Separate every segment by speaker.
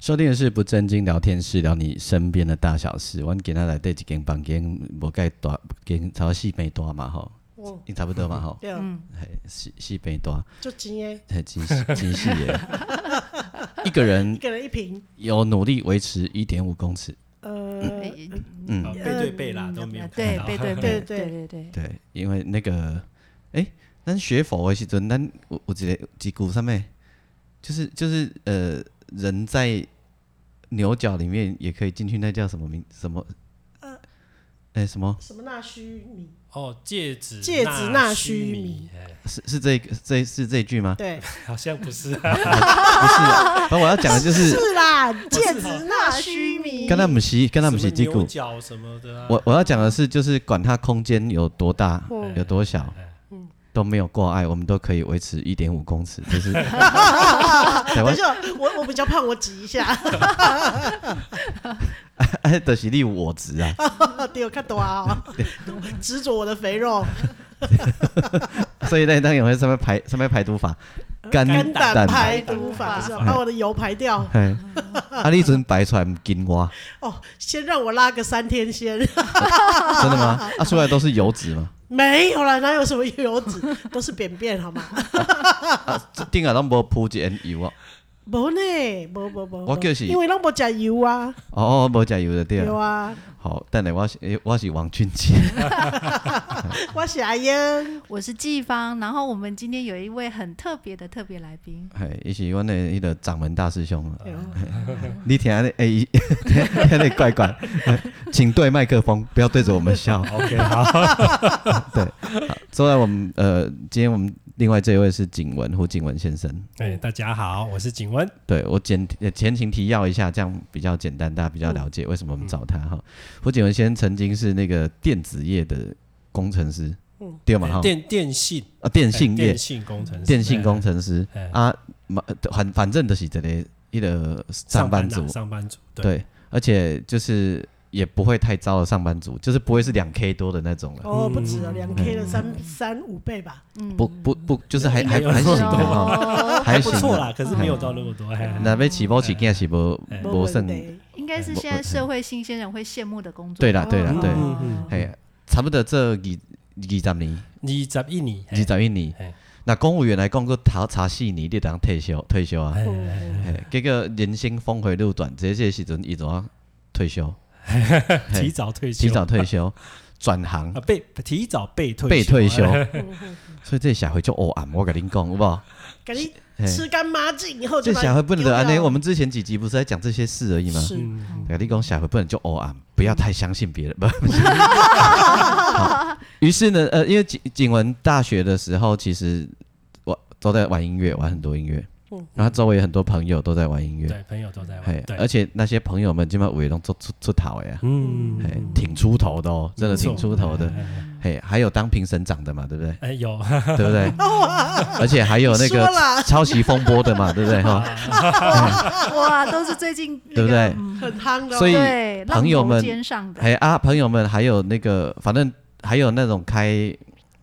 Speaker 1: 收听的是不正经聊天室，聊你身边的大小事。我今仔来对一间房间，无介大间，超四平大嘛吼，
Speaker 2: 嗯，
Speaker 1: 应差不多嘛吼，
Speaker 2: 对，
Speaker 3: 嗯，
Speaker 1: 嘿四四平大，
Speaker 2: 就今天
Speaker 1: 嘿真是真是耶。一个人
Speaker 2: 一个人一瓶，
Speaker 1: 有努力维持一点五公尺，
Speaker 2: 呃，嗯
Speaker 1: 嗯
Speaker 4: 啊，背对背啦，都没有看
Speaker 3: 哎呃对
Speaker 4: 到。
Speaker 3: 背
Speaker 2: 对
Speaker 3: 对背
Speaker 2: 对
Speaker 3: 对对对，
Speaker 1: 对，因为那个，诶，咱学佛的时阵，咱有有一个一句上面，就是就是呃，人在牛角里面也可以进去，那叫什么名什么？呃，哎，什么？
Speaker 2: 什么纳须米，
Speaker 4: 哦，戒指
Speaker 2: 戒指纳须弥
Speaker 4: 弥，哎
Speaker 1: 是是这个这是这一 句吗？
Speaker 2: 对，
Speaker 4: 好像不是啊，
Speaker 1: 不是啊，反正我要讲的就是
Speaker 2: 是啦，戒指纳须米，
Speaker 1: 跟他们西， 跟他们西
Speaker 4: 什
Speaker 1: 击
Speaker 4: 么牛
Speaker 1: 鼓。
Speaker 4: 角什么的啊。
Speaker 1: 我我要讲的是，就是管它空间有多大、
Speaker 4: 嗯
Speaker 1: 有多小，都没有挂碍，我们都可以维持一点五公尺，就是台
Speaker 2: 等
Speaker 1: 湾
Speaker 2: 一下，我我比较胖，我挤一下，
Speaker 1: 哎的是立我值啊。
Speaker 2: 对，我看多啊， 执着我的肥肉，
Speaker 1: 所以那当然会上面排上面排毒法，肝
Speaker 2: 呃肝胆
Speaker 1: 胆
Speaker 2: 排
Speaker 1: 哎
Speaker 2: 毒法是吧？把我的油排掉，
Speaker 1: 嘿，啊，你准排出来唔金 蛙，
Speaker 2: 哦，先让我拉个三天先，
Speaker 1: 真的吗？啊，出来都是油脂吗？
Speaker 2: 没有啦，哪有什么油脂， 都是便便好吗？
Speaker 1: 这顶下拢无铺一层油哦，
Speaker 2: 无呢，无无无，
Speaker 1: 我就是
Speaker 2: 因为拢无食油啊，
Speaker 1: 哦，无食油就对
Speaker 2: 有
Speaker 1: 了。
Speaker 2: 啊，
Speaker 1: 好，等下我是诶我是王俊 杰，
Speaker 2: 我是阿英，
Speaker 3: 我是季芳，然后我们今天有一位很特别的特别来宾，
Speaker 1: 嘿，伊是阮的迄个掌门大师兄啊。
Speaker 2: 对啊
Speaker 1: 你听的诶，伊 听的怪怪，请对麦克风，不要对着我 们笑。
Speaker 4: OK，好，
Speaker 1: 坐在我们呃，今天我们另外这一位是景文胡景文先生。
Speaker 4: 哎，大家好，我是景文。
Speaker 1: 对我简呃前情提要一下，这样比较简单，大家比较了
Speaker 2: 嗯
Speaker 1: 解为什么我们找他哈。胡景文先生曾经是那个电子业的工程师，
Speaker 2: 嗯
Speaker 1: 对嘛哈？
Speaker 4: 哎电电信，
Speaker 1: 啊，电
Speaker 4: 哎
Speaker 1: 信业
Speaker 4: 电，信工程师，
Speaker 1: 电信工程师
Speaker 4: 哎哎
Speaker 1: 啊，嘛反反正就是这类一个上班
Speaker 4: 班
Speaker 1: 族
Speaker 4: 啊，上班族，对，
Speaker 1: 对，而且就是也不会太糟的上班族，就是不会是两 K 多的那种了，
Speaker 2: 哦，不止了，
Speaker 4: 嗯
Speaker 2: 两 K 的三三五倍吧，
Speaker 3: 嗯，
Speaker 1: 不不不，就是还还
Speaker 4: 没有
Speaker 1: 还行的
Speaker 4: 那么多
Speaker 1: 哈，
Speaker 3: 哦，
Speaker 1: 还
Speaker 4: 不
Speaker 1: 行
Speaker 4: 错
Speaker 1: 的。
Speaker 4: 啦，可是没有到那么多。哎
Speaker 1: 那被起包起干是无
Speaker 4: 哎
Speaker 2: 没
Speaker 1: 无
Speaker 2: 问
Speaker 1: 嗯算，
Speaker 2: 题
Speaker 3: 应该是现在社会新鲜人会羡慕的工作。
Speaker 1: 对啦对啦对啦。
Speaker 3: 哦，
Speaker 1: 嘿，差不多这二二十年，
Speaker 4: 二十一年，
Speaker 1: 二十一年
Speaker 4: 嘿，
Speaker 1: 那公务员来讲，佫查查四年，你当退休退休啊？
Speaker 4: 哎
Speaker 2: 哦
Speaker 1: 嘿，结果人生峰回路转，这些时阵伊怎啊退休？ 嘿
Speaker 4: 提早退休，
Speaker 1: 提早退休，转行
Speaker 4: 啊，被提早被退哎
Speaker 1: 被哦退休，
Speaker 2: 嗯嗯
Speaker 1: 所以这社会就黑暗，我跟您讲，有无？
Speaker 2: 赶紧
Speaker 1: 嘿，
Speaker 2: 吃干抹净 以后
Speaker 1: 这
Speaker 2: 就把
Speaker 1: 社会不能
Speaker 2: 丢掉
Speaker 1: 安尼。我们之前几集不是在讲这些事而已吗？
Speaker 2: 是
Speaker 4: 嗯，
Speaker 1: 跟你讲，社会不能就黑暗，不要太相信别 人。不不是好于是呢，呃，因为景景文大学的时候，其实我都在玩音乐，玩很多音乐，
Speaker 2: 嗯
Speaker 1: 然后周围很多朋友都在玩音乐，
Speaker 4: 对，朋友都在
Speaker 1: 嘿呃
Speaker 4: 玩，，对
Speaker 1: 而，且那些朋友们基本上尾龙都出出逃呀，
Speaker 4: 嗯
Speaker 1: 嘿，挺出头的哦，真的
Speaker 4: 没错
Speaker 1: 挺出头的，嘿，还有当评审长的嘛，对 不对？
Speaker 4: 哎， 有，
Speaker 1: 对不对？而且还有那
Speaker 2: 说
Speaker 1: 个
Speaker 2: 了
Speaker 1: 抄袭风波的嘛，对不对？哈，
Speaker 3: 哇，都是最近那个
Speaker 1: 对不对
Speaker 3: 嗯
Speaker 2: 很夯的哦，
Speaker 1: 所以
Speaker 3: 对，
Speaker 1: 朋友们
Speaker 3: 浪头尖上的，
Speaker 1: 还啊，朋友们，还有那个，反正还有那种开，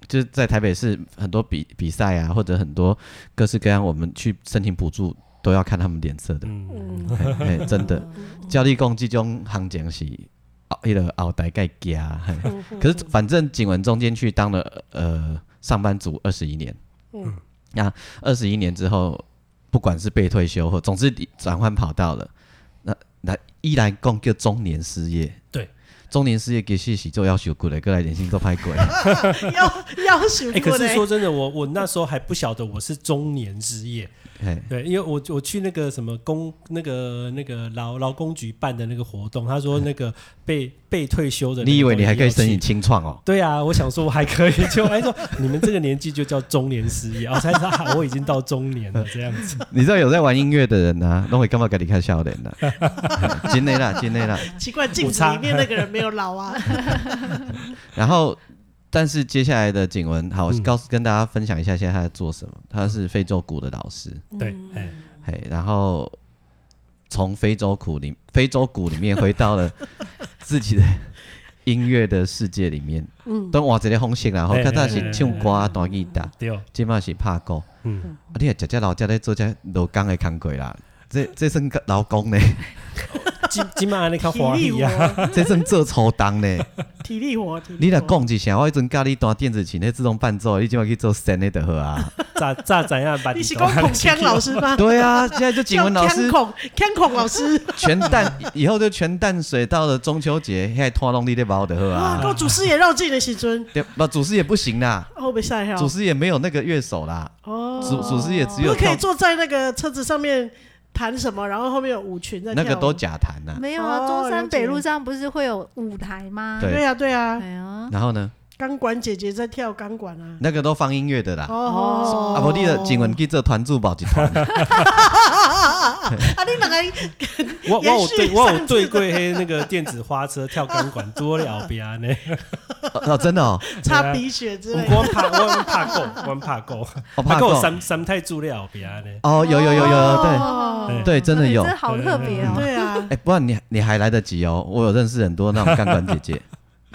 Speaker 1: 就是在台北市很多比比赛啊，或者很多各式各样，我们去申请补助都要看他们脸色的，
Speaker 4: 嗯，
Speaker 2: 嗯
Speaker 1: 嘿嘿真的。教力共这种行情是后迄个哦后台盖加，啊嘿
Speaker 2: 嗯嗯
Speaker 1: 可是反正景文中间去当了呃上班族二十一年，
Speaker 2: 嗯
Speaker 1: 那二十一年之后，不管是被退休或总之你转换跑道了，那那依然共叫中年失业。
Speaker 4: 对，
Speaker 1: 中年失业给实是做要求过来，过来年薪做拍 鬼。
Speaker 2: 要要求
Speaker 4: 哎，可
Speaker 2: 过
Speaker 4: 是
Speaker 2: 嘞，
Speaker 4: 说真的，我我那时候还不晓得我是中年失业，
Speaker 1: 嘿，
Speaker 4: 对，因为我我去那个什么公那个那个劳劳工局办的那个活动，他说那个被被退休的人，
Speaker 1: 嗯你以为你还可以申
Speaker 4: 生
Speaker 1: 请？清创哦？
Speaker 4: 对啊，我想说我还可以，就还说你们这个年纪就叫中年失业，我才知道啊我已经到中年了这样子。
Speaker 1: 你知道有在玩音乐的人啊，那我干嘛给你看笑脸呢？ 今天啦，今天啦。
Speaker 2: 奇怪，镜
Speaker 4: 我
Speaker 2: 子
Speaker 4: 擦
Speaker 2: 里面那个人没有老 啊，
Speaker 1: 然后，但是接下来的景文，好，我
Speaker 4: 嗯
Speaker 1: 告诉跟大家分享一下现在他在做什么。他是非洲鼓的老师，
Speaker 2: 嗯
Speaker 4: 对，哎，
Speaker 1: 嘿，然后从非洲鼓里非洲鼓里面回到 了自己的音乐的世界里面。嗯，等我这个风信啦，后
Speaker 4: 哎
Speaker 1: 看他
Speaker 4: 哎
Speaker 1: 是
Speaker 4: 哎
Speaker 1: 唱歌弹吉他，
Speaker 4: 对哦，
Speaker 1: 即嘛是拍鼓。
Speaker 4: 嗯，
Speaker 1: 啊，你也食只老家咧做只劳工的工课啦，这这算劳工呢，
Speaker 4: 今今晚安尼较
Speaker 2: 体
Speaker 4: 华
Speaker 2: 力
Speaker 4: 丽啊，
Speaker 2: 活，
Speaker 1: 这算做粗重呢。
Speaker 2: 体力活，体力活
Speaker 1: 你若讲一声，我迄阵教你弹电子琴，迄自动伴奏的，你即马去做声的就 好啊。
Speaker 4: 咋咋怎样把
Speaker 2: 你是
Speaker 4: 头
Speaker 2: 讲孔锵老师 吗？
Speaker 1: 对啊，现在就景文老
Speaker 2: 叫
Speaker 1: 师
Speaker 2: 锵孔锵孔老师，
Speaker 1: 全淡，以后就全淡水。到了中秋节，还拖拢你咧包就好
Speaker 2: 哇，
Speaker 1: 啊。
Speaker 2: 跟祖师爷绕近的时尊，
Speaker 1: 对，不，祖师也不行啦，
Speaker 2: 哦，没赛哈，
Speaker 1: 祖师也没有那个乐手啦，
Speaker 2: 哦，
Speaker 1: 祖祖师也
Speaker 2: 不
Speaker 1: 只有
Speaker 2: 是可
Speaker 1: 跳
Speaker 2: 以坐在那个车子上面弹什么，然后后面有舞群在
Speaker 1: 那个
Speaker 2: 跳舞
Speaker 1: 都假弹呐。
Speaker 3: 没有啊，
Speaker 2: 哦
Speaker 3: 中山
Speaker 2: 了解
Speaker 3: 北路上不是会有舞台吗？
Speaker 1: 对
Speaker 2: 对呀啊对呀，
Speaker 3: 哎呀，
Speaker 1: 然后呢，
Speaker 2: 钢管姐姐在跳钢管啊，
Speaker 1: 那个都放音乐的啦。
Speaker 2: 哦，
Speaker 1: 啊，无你的景文去做团助保集团。
Speaker 2: 啊，你两个
Speaker 4: 我我有
Speaker 2: 延续
Speaker 4: 对我有
Speaker 2: 上次
Speaker 4: 对过黑那个电子花车跳钢管多了不啊呢？
Speaker 1: 哦，真 的哦，
Speaker 2: 擦鼻血之
Speaker 4: 啊我
Speaker 2: 类的，
Speaker 4: 我怕我怕够，我怕
Speaker 1: 我
Speaker 4: 够，怕
Speaker 1: 怕
Speaker 4: 够
Speaker 1: 够。
Speaker 4: 三三太助了不啊呢？
Speaker 1: 哦，有有有有，对。
Speaker 3: 哦
Speaker 1: 对，真的有。
Speaker 3: 这
Speaker 1: 哎、
Speaker 3: 好特别哦。
Speaker 2: 对啊，
Speaker 1: 不然你你还来得及哦。我有认识很多那种钢管姐姐，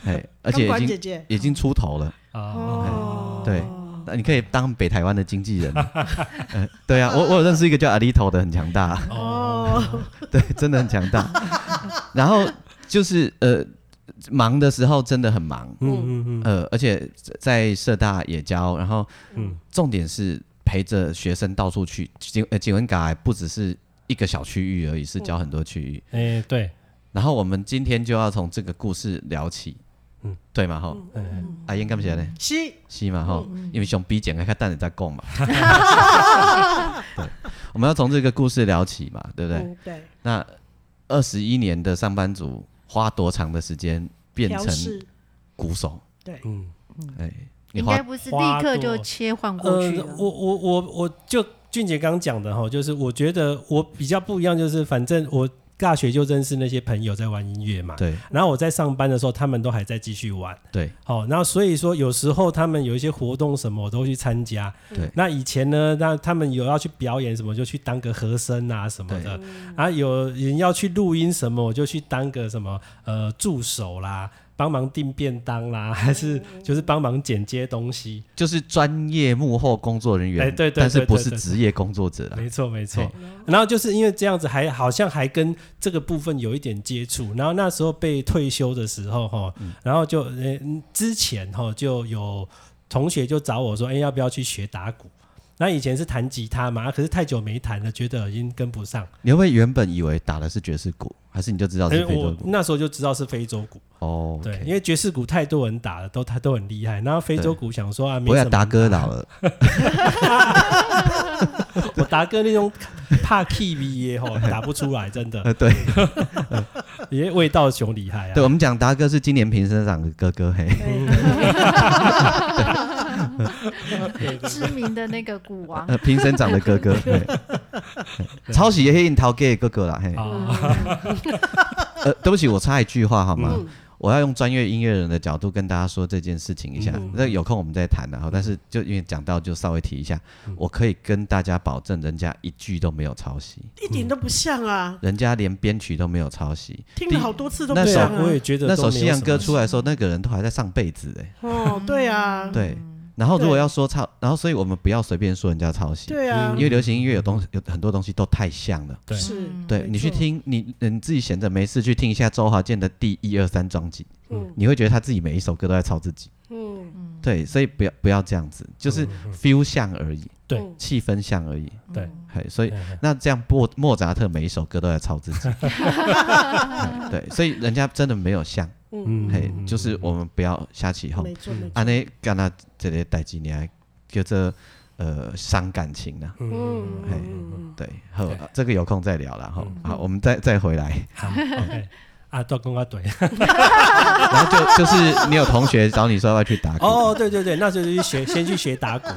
Speaker 1: 哎，而
Speaker 2: 钢
Speaker 1: 且已
Speaker 2: 管
Speaker 1: 经
Speaker 2: 姐姐，
Speaker 1: 已经出头了。
Speaker 4: 啊，
Speaker 2: 哦，
Speaker 1: 对那你可以当北台湾的 经纪人。呃对啊，我我有认识一个叫阿里头的，很强大，
Speaker 2: 哦，
Speaker 1: 对，真的很强大。 然后就是呃，忙的时候真的很忙，
Speaker 4: 嗯嗯嗯，
Speaker 1: 呃，而且在社大也教，然后
Speaker 4: 嗯
Speaker 1: 重点是陪着学生到处去。景呃景文改不只是一个小区域而已，
Speaker 4: 嗯
Speaker 1: 是教很多区域。
Speaker 4: 哎对，
Speaker 1: 然后我们今天就要从这个故事聊起，
Speaker 4: 嗯
Speaker 1: 嗯，对嘛吼，
Speaker 4: 嗯
Speaker 1: 阿英干不起来，
Speaker 2: 是，
Speaker 1: 是嘛吼，因为熊逼剪开，看蛋你在供嘛，对， 我们要从这个故事聊起嘛，对不
Speaker 4: 哦
Speaker 1: 对？
Speaker 2: 嗯对，
Speaker 1: 那二十一年的上班族花多长的时间变
Speaker 2: 调
Speaker 1: 成
Speaker 2: 试，
Speaker 1: 鼓手？
Speaker 2: 对，
Speaker 4: 嗯，
Speaker 1: 哎，你
Speaker 3: 应
Speaker 1: 花
Speaker 3: 该不是立刻就切换过去啊
Speaker 4: 呃
Speaker 3: 了，
Speaker 4: 我我我我就俊杰刚讲的哈，就是我觉得我比较不一样，就是反正我大学就认识那些朋友在玩音乐嘛，
Speaker 1: 对
Speaker 4: 然后我在上班的时候，他们都还在继续玩。
Speaker 1: 对
Speaker 4: 好、那所以说有时候他们有一些活动什么，我都会去参加。
Speaker 1: 对
Speaker 4: 那以前呢，那他们有要去表演什么，就去当个和声啊什么的。
Speaker 3: 嗯
Speaker 4: 啊，有人要去录音什么，我就去当个什么呃助手啦，帮忙订便当啦，还是
Speaker 3: 嗯
Speaker 4: 就是帮忙剪接东西。
Speaker 1: 就是专业幕后工作人员，
Speaker 4: 哎对对
Speaker 1: 但是
Speaker 4: 对
Speaker 1: 不
Speaker 4: 对
Speaker 1: 是
Speaker 4: 对
Speaker 1: 职业工作者啦，哎
Speaker 4: 没错，没错
Speaker 1: 嘿。
Speaker 4: 然后就是因为这样子还，好像还跟这个部分有一点接触。然后那时候被退休的时候，哈、然后就呃嗯之前哈就有同学就找我说，哎，要不要去学打鼓？那以前是弹吉他嘛，啊可是太久没弹了，觉得已经跟不上。
Speaker 1: 你会不会原本以为打的是爵士鼓，还是你就知道
Speaker 4: 哎
Speaker 1: 是非洲
Speaker 4: 我
Speaker 1: 鼓？
Speaker 4: 那时候就知道是非洲鼓，
Speaker 1: 哦，
Speaker 4: 对
Speaker 1: OK
Speaker 4: 因为爵士鼓太多人打了，都他都很厉害。然后非洲鼓想说啊，没
Speaker 1: 不要
Speaker 4: 什么
Speaker 1: 达哥
Speaker 4: 人打
Speaker 1: 老了，
Speaker 4: 我达哥那种怕 key V 耶吼打不出来，真的，
Speaker 1: 呃， 对，
Speaker 4: 因为味道熊厉害啊。
Speaker 1: 对，我们讲达哥是今年评审长的哥哥，嘿，
Speaker 3: 知名的那个鼓王，
Speaker 1: 呃评审长的哥哥，嘿，呃抄袭黑影桃给哥哥啦，嘿，
Speaker 4: 啊，
Speaker 1: 呃，对不起，我插一句话好吗？
Speaker 2: 嗯
Speaker 1: 我要用专业音乐人的角度跟大家说这件事情一下，
Speaker 2: 嗯
Speaker 1: 那、有空我们再谈然后，但是就因为讲到就稍微提一下，
Speaker 2: 嗯
Speaker 1: 我可以跟大家保证，人家一句都没有抄袭，
Speaker 2: 一点都不像啊，
Speaker 1: 人家连编曲都没有抄袭。
Speaker 2: 听了好多次都
Speaker 1: 那
Speaker 2: 不
Speaker 4: 对
Speaker 1: 首
Speaker 2: 像
Speaker 4: 啊，
Speaker 2: 啊
Speaker 4: 我，也觉得
Speaker 1: 那
Speaker 4: 都
Speaker 1: 首
Speaker 4: 没
Speaker 1: 西
Speaker 4: 有
Speaker 1: 洋
Speaker 4: 什
Speaker 1: 歌
Speaker 4: 么
Speaker 1: 出来的时候，那个人都还在上辈子哎、
Speaker 2: 哦，对啊，
Speaker 1: 对。然后如果
Speaker 2: 对
Speaker 1: 要说抄，然后所以我们不要随便说人家抄袭，
Speaker 2: 对啊
Speaker 1: 因，为流行音乐有东有很多东西都太像了。
Speaker 4: 对
Speaker 2: 是，嗯
Speaker 3: 嗯
Speaker 1: 对
Speaker 2: 没
Speaker 1: 你去
Speaker 2: 错，
Speaker 1: 听，你你自己闲着没事去听一下周华健的第一二三专辑，
Speaker 2: 嗯
Speaker 1: 你会觉得他自己每一首歌都在抄自己。
Speaker 2: 嗯，
Speaker 1: 对，所以不要不要这样子，就是 feel 像而已，
Speaker 4: 对
Speaker 2: 嗯
Speaker 1: 气氛像而已。
Speaker 4: 对，
Speaker 1: 嘿，所以
Speaker 4: 嗯嗯
Speaker 1: 那这样莫莫扎特每一首歌都在抄 自己。嘿对，所以人家真的没有像，
Speaker 2: 嗯
Speaker 1: 嘿，就是我们不要瞎起哄。
Speaker 2: 没错没错，
Speaker 1: 安尼干啊那这个代志，你还叫做呃伤感情呐、
Speaker 2: 嗯
Speaker 4: 嗯，
Speaker 2: 嗯嗯嗯
Speaker 1: 对，好
Speaker 4: 对，
Speaker 1: 这个有空再聊了哈
Speaker 4: 嗯。
Speaker 1: 好，我们再再回来。
Speaker 4: 好，OK。啊，对，公阿对，
Speaker 1: 然后就就是你有同学找你说要不要去打鼓，
Speaker 4: 哦，对对对，那时候就去学，先去学打鼓。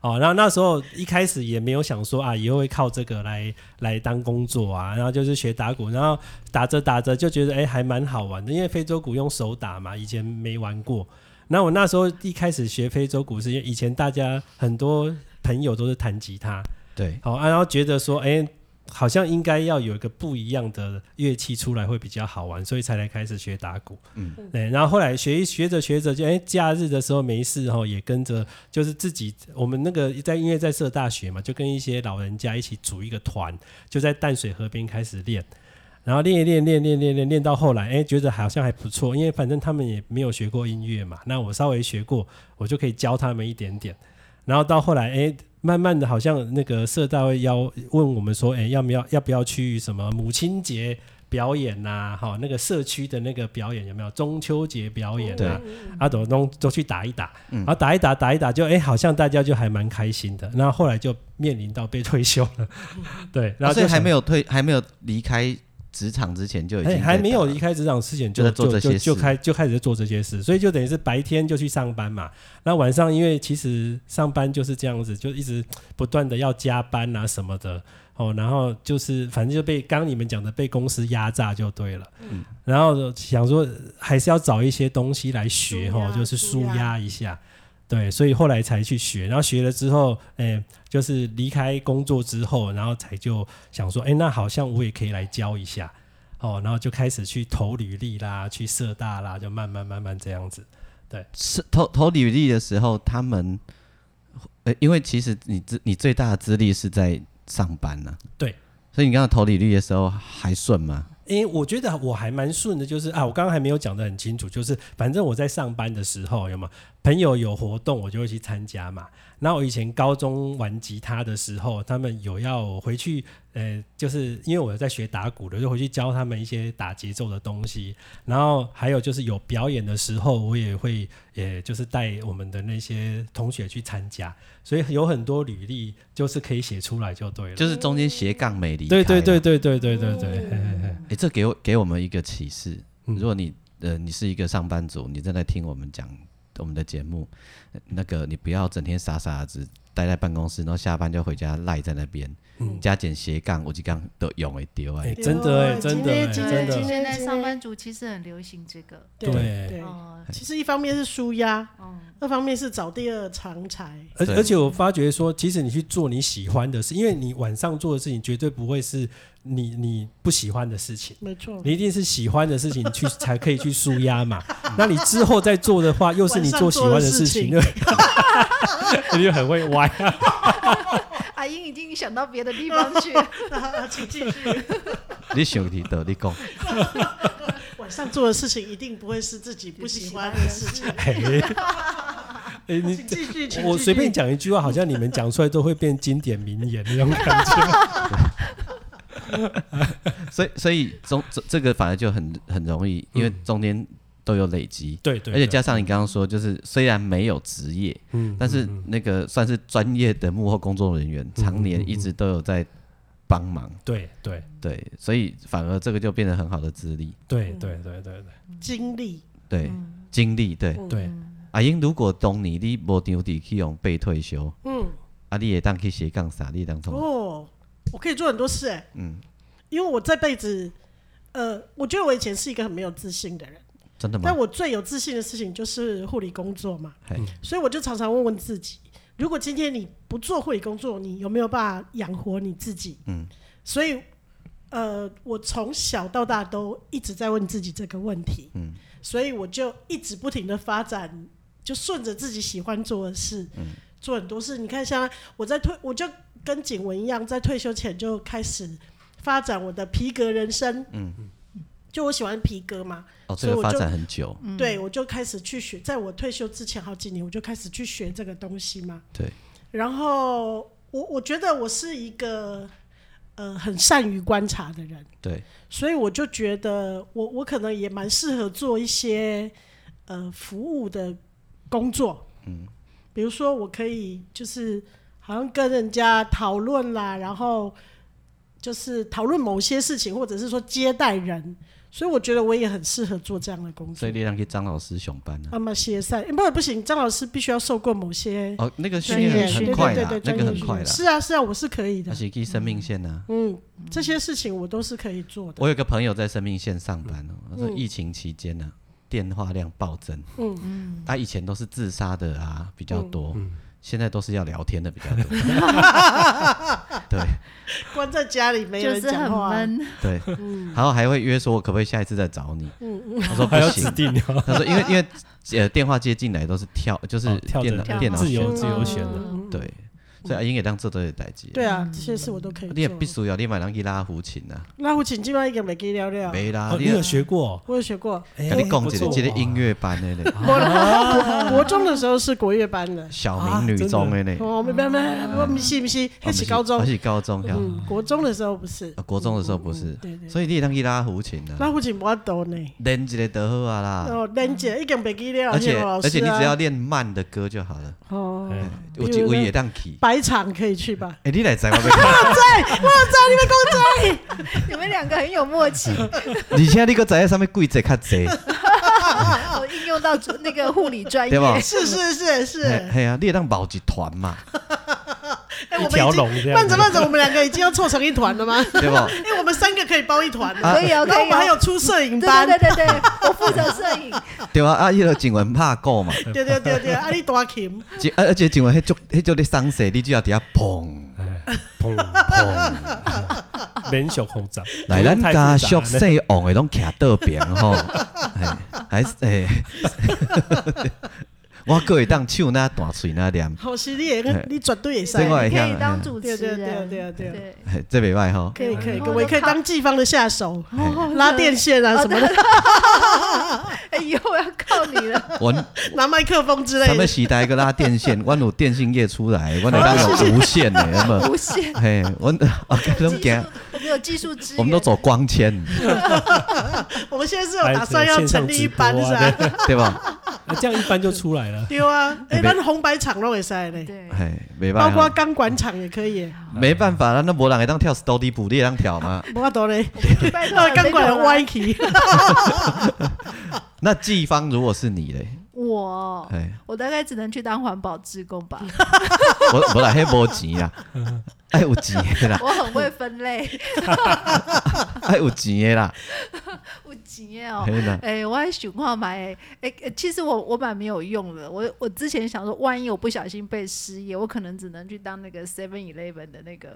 Speaker 4: 哦，然后那时候一开始也没有想说啊，以后会靠这个来来当工作啊，然后就是学打鼓，然后打着打着就觉得哎还蛮好玩的，因为非洲鼓用手打嘛，以前没玩过。那我那时候一开始学非洲鼓是因为以前大家很多朋友都是弹吉他，
Speaker 1: 对，
Speaker 4: 好、啊，然后觉得说哎好像应该要有一个不一样的乐器出来会比较好玩，所以才来开始学打鼓。
Speaker 1: 嗯
Speaker 4: 对，然后后来学一学着学着就，哎，假日的时候没事哦，也跟着就是自己，我们那个在音乐在社大学嘛，就跟一些老人家一起组一个团，就在淡水河边开始练。然后练一练，练练练练练到后来，哎，觉得好像还不错，因为反正他们也没有学过音乐嘛，那我稍微学过，我就可以教他们一点点。然后到后来，哎，慢慢的，好像那个社大会邀问我们说，哎，要不要要不要去什么母亲节表演呐、好、那个社区的那个表演有没有？中秋节表演
Speaker 1: 对嗯
Speaker 4: 啊，阿斗都都去打一打，然后打一打打一打就，哎，好像大家就还蛮开心的。那后来就面临到被退休了， 对，
Speaker 1: 哦
Speaker 4: 然
Speaker 1: 所
Speaker 4: 后就
Speaker 1: 以还
Speaker 4: 想
Speaker 1: 没有退，还没有离开职场之前就已经
Speaker 4: 哎，
Speaker 1: 在
Speaker 4: 还没有
Speaker 1: 打
Speaker 4: 离开职场之前
Speaker 1: 就
Speaker 4: 就
Speaker 1: 在做
Speaker 4: 就
Speaker 1: 这些
Speaker 4: 就就
Speaker 1: 事
Speaker 4: 开就开始做这些事，所以就等于是白天就去上班嘛。那晚上因为其实上班就是这样子，就一直不断的要加班啊什么的哦，然后就是反正就被刚刚你们讲的被公司压榨就对了。
Speaker 2: 嗯
Speaker 4: 然后想说还是要找一些东西来学
Speaker 2: 舒压
Speaker 4: 哦，就是舒
Speaker 2: 舒压
Speaker 4: 压一下。对，所以后来才去学，然后学了之后，哎，就是离开工作之后，然后才就想说，哎，那好像我也可以来教一下，哦，然后就开始去投履历啦，去社大啦，就慢慢慢慢这样子。
Speaker 1: 是投投履历的时候，他们，呃，因为其实你资你最大的资历是在上班呢、啊
Speaker 4: 对，
Speaker 1: 所以你刚刚投履历的时候还顺吗？
Speaker 4: 因为我觉得我还蛮顺的，就是啊，我刚刚还没有讲得很清楚，就是反正我在上班的时候，有嘛朋友有活动，我就会去参加嘛。那我以前高中玩吉他的时候，他们有要我回去，呃，就是因为我在学打鼓的，就回去教他们一些打节奏的东西。然后还有就是有表演的时候，我也会，也就是带我们的那些同学去参加，所以有很多履历就是可以写出来就对了。
Speaker 1: 就是中间斜杠没离开、啊
Speaker 4: 对对对，对对对对对，嘿嘿嘿
Speaker 1: 哎、这给我给我们一个启示。
Speaker 4: 嗯
Speaker 1: 如果你呃你是一个上班族，你正在听我们讲我们的节目，呃那个你不要整天傻傻的只待在办公室，然后下班就回家赖在那边，
Speaker 4: 嗯
Speaker 1: 加减斜杠我就杠都用会丢哎
Speaker 4: 哎、。真的哎、
Speaker 2: 有
Speaker 4: 真
Speaker 2: 今
Speaker 4: 的、
Speaker 2: 天
Speaker 4: 哎，
Speaker 2: 今
Speaker 4: 真
Speaker 2: 天
Speaker 4: 的
Speaker 2: 今，天
Speaker 3: 现在上班族其实很流行这个，
Speaker 2: 对
Speaker 4: 对
Speaker 2: 对，
Speaker 3: 哦，
Speaker 2: 其实一方面是舒压，
Speaker 3: 嗯
Speaker 2: 二方面是找第二长才。
Speaker 4: 而
Speaker 1: 对
Speaker 4: 而且我发觉说，其实你去做你喜欢的事，因为你晚上做的事情绝对不会是你你不喜欢的事情，
Speaker 2: 没 错，
Speaker 4: 你一定是喜欢的事情去才可以去舒压嘛。那你之后再做的话，又是你做喜欢的事情， 你就很会歪。
Speaker 3: 阿英已经想到别的地方去了，
Speaker 2: 那啊请继续。
Speaker 1: 你想提的你讲，
Speaker 2: 晚上做的事情一定不会是自己不喜欢的事情。
Speaker 4: 哎、哎你
Speaker 2: 请继续，请
Speaker 4: 我
Speaker 2: 继
Speaker 4: 随便
Speaker 2: 续。
Speaker 4: 讲一句话，好像你们讲出来都会变经典名言那种 感觉。
Speaker 1: 所以所以中这这个反而就很很容易，因为中间都有累积，
Speaker 4: 对嗯对
Speaker 1: 而且
Speaker 4: 对
Speaker 1: 加上你刚刚说，就是虽然没有职业，
Speaker 4: 嗯嗯
Speaker 1: 但是那个算是专业的幕后工作人员，常年一直都有在帮忙，
Speaker 4: 对对
Speaker 1: 对，所以反而这个就变得很好的资历，
Speaker 4: 对对对对对
Speaker 2: 经历，
Speaker 1: 对，
Speaker 2: 嗯
Speaker 1: 经历，对。
Speaker 4: 对，
Speaker 1: 阿英，如果当年你无场地去用被退休，
Speaker 2: 嗯，
Speaker 1: 啊，你也当去斜杠啥，你也当从
Speaker 2: 哦，我可以做很多事哎、嗯，因为我这辈子，呃，我觉得我以前是一个很没有自信的人，
Speaker 1: 真的吗
Speaker 2: 但？我最有自信的事情就是护理工作嘛，
Speaker 1: 嘿
Speaker 2: 所以我就常常问问自己，如果今天你不做护理工作，你有没有办法养活你自己？
Speaker 1: 嗯，
Speaker 2: 所以，呃，我从小到大都一直在问自己这个问题，
Speaker 1: 嗯，
Speaker 2: 所以我就一直不停的发展，就顺着自己喜欢做的事，嗯、做很多事。你看，像我在退，我就跟景文一样，在退休前就开始发展我的皮革人生，嗯。就我喜欢皮革嘛，
Speaker 1: 哦，
Speaker 2: 所
Speaker 1: 这
Speaker 2: 以
Speaker 1: 个
Speaker 2: 我
Speaker 1: 发
Speaker 2: 就嗯
Speaker 1: 展很久，
Speaker 2: 对，我就开始去学，在我退休之前好几年，我就开始去学这个东西嘛。
Speaker 1: 对。
Speaker 2: 然后我我觉得我是一个呃很善于观察的人，
Speaker 1: 对，
Speaker 2: 所以我就觉得我我可能也蛮适合做一些呃服务的工作，嗯，比如说我可以就是好像跟人家讨论啦，然后就是讨论某些事情，或者是说接待人，所以我觉得我也很适合做这样的工
Speaker 1: 所
Speaker 2: 作
Speaker 1: 以。力量去张老师熊班呢、
Speaker 2: 啊嘛，歇赛，诶不不行，张老师必须要受过某些
Speaker 1: 哦，那个训
Speaker 3: 专业
Speaker 1: 练
Speaker 2: 嗯
Speaker 3: 训
Speaker 1: 很很
Speaker 2: 对
Speaker 3: 练
Speaker 1: 快
Speaker 2: 对
Speaker 1: 啦
Speaker 2: 对，对
Speaker 1: 那个
Speaker 2: 专业
Speaker 1: 很
Speaker 2: 训
Speaker 1: 快
Speaker 2: 练
Speaker 1: 啦，
Speaker 2: 是啊是啊，我是可以的
Speaker 1: 而。且去生命线呢、
Speaker 2: 嗯，这些事情我都是可以做的。
Speaker 1: 我有个朋友在生命线上班哦，他说
Speaker 2: 嗯
Speaker 1: 疫情期间呢、电话量暴增。
Speaker 2: 嗯
Speaker 1: 嗯，他以前都是自杀的啊比较多，现在都是要聊天的比较多。对
Speaker 2: 关在家里 没
Speaker 3: 就
Speaker 2: 人
Speaker 3: 是很
Speaker 2: 讲话，啊
Speaker 3: 闷，
Speaker 1: 对，
Speaker 2: 嗯
Speaker 1: 然后还会约说，我可不可以下一次再找你？他说不
Speaker 4: 还要指
Speaker 1: 行，
Speaker 4: 定哦，
Speaker 1: 他说因为因为呃电话接进来都是跳，就是
Speaker 4: 哦跳
Speaker 1: 嗯
Speaker 4: 着
Speaker 1: 电脑
Speaker 3: 跳
Speaker 1: 电脑
Speaker 4: 自由
Speaker 1: 选
Speaker 4: 自由选的，
Speaker 2: 嗯，
Speaker 1: 对，所以啊阿英也当这都有代志。
Speaker 2: 对啊，这些事我都可以
Speaker 1: 嗯你也必
Speaker 2: 做。
Speaker 1: 须要你买人去拉胡琴啊，
Speaker 2: 那我请今晚一个美给聊聊，
Speaker 1: 没啦
Speaker 4: 哦，你
Speaker 1: 啊你
Speaker 4: 有学过？
Speaker 2: 我有学 过，
Speaker 4: 哎
Speaker 1: 跟你讲
Speaker 4: 不
Speaker 1: 一
Speaker 4: 错
Speaker 1: 个这个
Speaker 4: 哦
Speaker 1: 音乐班的嘞，啊
Speaker 2: 我国中的时候是国乐班 的，
Speaker 1: 小明女中的嘞，
Speaker 2: 哦，没没没，我不是不是，
Speaker 1: 哦
Speaker 2: 那是高中
Speaker 1: 不，是高中，对吧
Speaker 2: 嗯，国中的时候不是
Speaker 1: 啊，国中的时候不是
Speaker 2: 嗯，对对，
Speaker 1: 所以你当去拉胡琴啊，
Speaker 2: 那不仅不要抖呢，
Speaker 1: 练一个就好啊啦。
Speaker 2: 哦，莲姐一根白给聊，
Speaker 1: 而且
Speaker 2: 老师
Speaker 1: 而
Speaker 2: 啊
Speaker 1: 且你只要练慢的歌就好了，
Speaker 2: 哦，
Speaker 4: 哎
Speaker 1: 有
Speaker 2: 比
Speaker 1: 一
Speaker 2: 如
Speaker 1: 位
Speaker 2: 说
Speaker 1: 也当起。
Speaker 2: 白场可以去吧？
Speaker 1: 哎，你来在我面，
Speaker 3: 你们两个很有 默契。
Speaker 1: 而且你个在上面贵节较济，
Speaker 3: 我啊应用到那个护理专业
Speaker 1: 对，吧？
Speaker 2: 是是是是，
Speaker 1: 嘿嘿啊，你也当保一团嘛，
Speaker 2: 哎，我
Speaker 4: 一
Speaker 2: 们
Speaker 4: 条
Speaker 2: 已经
Speaker 4: 龙这样
Speaker 2: 慢着
Speaker 4: 子。
Speaker 2: 慢着，我们两个已经要凑成一团了吗？
Speaker 1: 对吧？
Speaker 2: 因 哎为我们三个可以包一团了，
Speaker 1: 啊
Speaker 3: 可以哦，
Speaker 2: 然后
Speaker 3: 可
Speaker 2: 我
Speaker 3: 以
Speaker 2: 们还
Speaker 3: 哦。
Speaker 2: 有出摄影
Speaker 3: 对
Speaker 2: 班，
Speaker 3: 对对对对，我负责摄影，
Speaker 1: 对啊，啊，迄个警文拍鼓嘛，
Speaker 2: 对对对对，啊你大琴，
Speaker 1: 警而而且警文迄种迄种咧伤势，你就要底下砰。
Speaker 4: 哎砰砰，免小口罩。
Speaker 1: 来，咱家
Speaker 4: 太
Speaker 1: 属
Speaker 4: 复杂了
Speaker 1: 姓王的拢徛倒边啊吼，哎还是诶， 我个会当手那大喙那念，
Speaker 2: 好犀利，
Speaker 1: 哎
Speaker 2: 你绝对也
Speaker 1: 这
Speaker 2: 算
Speaker 3: 对，
Speaker 1: 我也
Speaker 3: 你可以
Speaker 1: 像
Speaker 3: 当主
Speaker 2: 对
Speaker 3: 持
Speaker 2: 对对
Speaker 3: 人，
Speaker 2: 对对对，
Speaker 3: 对。
Speaker 1: 嘿这袂歹吼。
Speaker 2: 可以可以，
Speaker 3: 哦
Speaker 2: 我也可以
Speaker 3: 都靠
Speaker 2: 当季方的下手，
Speaker 3: 哦
Speaker 2: 拉电线啊什么的，
Speaker 3: 哎，以后要靠 你了。
Speaker 1: 阮
Speaker 2: 拿麦克风之
Speaker 1: 咱
Speaker 2: 类
Speaker 1: 们
Speaker 2: 的。
Speaker 1: 时代个拉电线，阮有电信业出来，阮会当有无线的，有 无？
Speaker 3: 无限，
Speaker 1: 嘿，阮啊，拢
Speaker 3: 技
Speaker 1: 行
Speaker 3: 术，我们有技术支援，
Speaker 1: 我们都走光纤，
Speaker 2: 我们现在是有打算要成立一班是
Speaker 4: 哎这个线上直
Speaker 2: 吧？
Speaker 1: 对吧？
Speaker 4: 啊这样一般就出来了。
Speaker 2: 对啊，哎，
Speaker 1: 没
Speaker 2: 咱红白场都会塞嘞，
Speaker 3: 对，
Speaker 1: 嘿，袂
Speaker 2: 包
Speaker 1: 歹
Speaker 2: 括
Speaker 1: 吼。
Speaker 2: 钢管场也可以，
Speaker 1: 没办法，咱那无人会当跳 story 步，你会当跳吗？
Speaker 2: 无法度嘞，
Speaker 3: 拜托
Speaker 2: 那钢管的歪
Speaker 3: 歪。
Speaker 2: 起，
Speaker 1: 那季芳如果是你嘞，
Speaker 3: 我
Speaker 1: 哎，
Speaker 3: 我大概只能去当环保志工 吧，
Speaker 1: 我我来黑无钱啦，哎有钱 的啦，
Speaker 3: 我很会分类，
Speaker 1: 哎有钱的啦，
Speaker 3: 不急哦。
Speaker 1: 嘿啦，
Speaker 3: 哎、我还想看买，哎、哎其实我我蛮没有用的。我我之前想说，万一我不小心被失业，我可能只能去当那个 Seven Eleven 的那个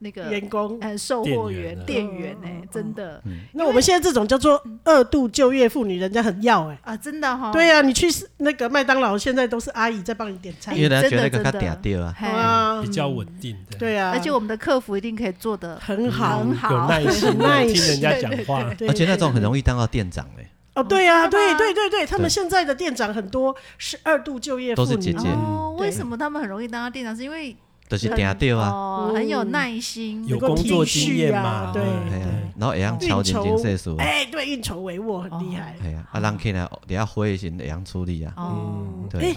Speaker 3: 那个
Speaker 2: 员工。
Speaker 3: 呃售货员、
Speaker 2: 店
Speaker 3: 店
Speaker 2: 员啊
Speaker 3: 员，哎，真的
Speaker 2: 那我们现在这种叫做二度就业妇女，人家很要哎。
Speaker 3: 啊，真的哈。
Speaker 2: 对呀，你去那个麦当劳，现在都是阿姨在帮你点餐
Speaker 1: 因。为人家觉得那
Speaker 3: 真
Speaker 1: 个
Speaker 3: 的
Speaker 1: 较嗲掉啊，
Speaker 3: 嘿，
Speaker 2: 啊
Speaker 4: 比较稳定的，
Speaker 2: 对啊，
Speaker 3: 而且我嗯们的客服一定可以做的
Speaker 2: 很好，
Speaker 3: 很好，
Speaker 4: 嗯有耐心
Speaker 2: 很 耐
Speaker 4: 的
Speaker 2: 心
Speaker 4: 听人家讲话，
Speaker 3: 嗯
Speaker 2: 对
Speaker 1: 而且那种很容易当到店长嘞，
Speaker 2: 哦，对呀、
Speaker 3: 哦真的
Speaker 2: 对
Speaker 3: 吗
Speaker 2: 对对对，他们
Speaker 1: 对
Speaker 2: 现在的店长很多是二度就业妇
Speaker 1: 都
Speaker 2: 女，
Speaker 1: 是姐姐
Speaker 3: 哦，
Speaker 2: 嗯对
Speaker 3: 为什么他们很容易当到店长？是因为
Speaker 1: 就是
Speaker 3: 很
Speaker 1: 嗲掉啊，
Speaker 3: 哦，很
Speaker 2: 嗯
Speaker 3: 有耐心，
Speaker 4: 有工作经验
Speaker 2: 能
Speaker 4: 嘛，
Speaker 2: 够体
Speaker 3: 嗯
Speaker 2: 恤啊
Speaker 1: 哎
Speaker 2: 对
Speaker 1: 呀，然后会晓超前经世事，
Speaker 2: 哎，对，运筹帷幄很厉害。
Speaker 1: 哎呀，啊人起来底下灰心会晓处理啊，
Speaker 3: 哦。
Speaker 2: 嗯
Speaker 1: 对，
Speaker 4: 嗯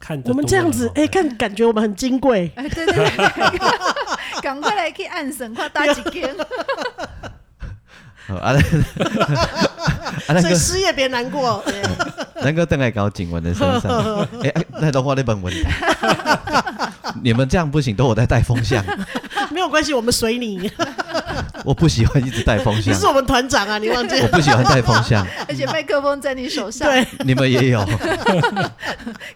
Speaker 4: 看得
Speaker 2: 我们这样
Speaker 1: 哦
Speaker 2: 子，
Speaker 4: 多
Speaker 2: 哎，
Speaker 4: 了
Speaker 2: 看感觉我们很金贵，
Speaker 3: 哎，对对对， 赶快来去暗神，快打几天。
Speaker 1: 好啊，咱啊，咱
Speaker 2: 所以
Speaker 1: 个
Speaker 2: 失业别难过。
Speaker 1: 咱个等来搞警文的身上，哎，哎那都话那本文，你们这样不行，都我在带风向，
Speaker 2: 没有关系，我们随 你。
Speaker 1: 我不喜欢一直带风
Speaker 2: 你
Speaker 1: 向，
Speaker 2: 是我们团长啊，你忘记
Speaker 1: 我
Speaker 2: 了？
Speaker 1: 不喜欢带风 向，
Speaker 3: 而且麦克风在你手上。
Speaker 2: 对，
Speaker 1: 你们也有。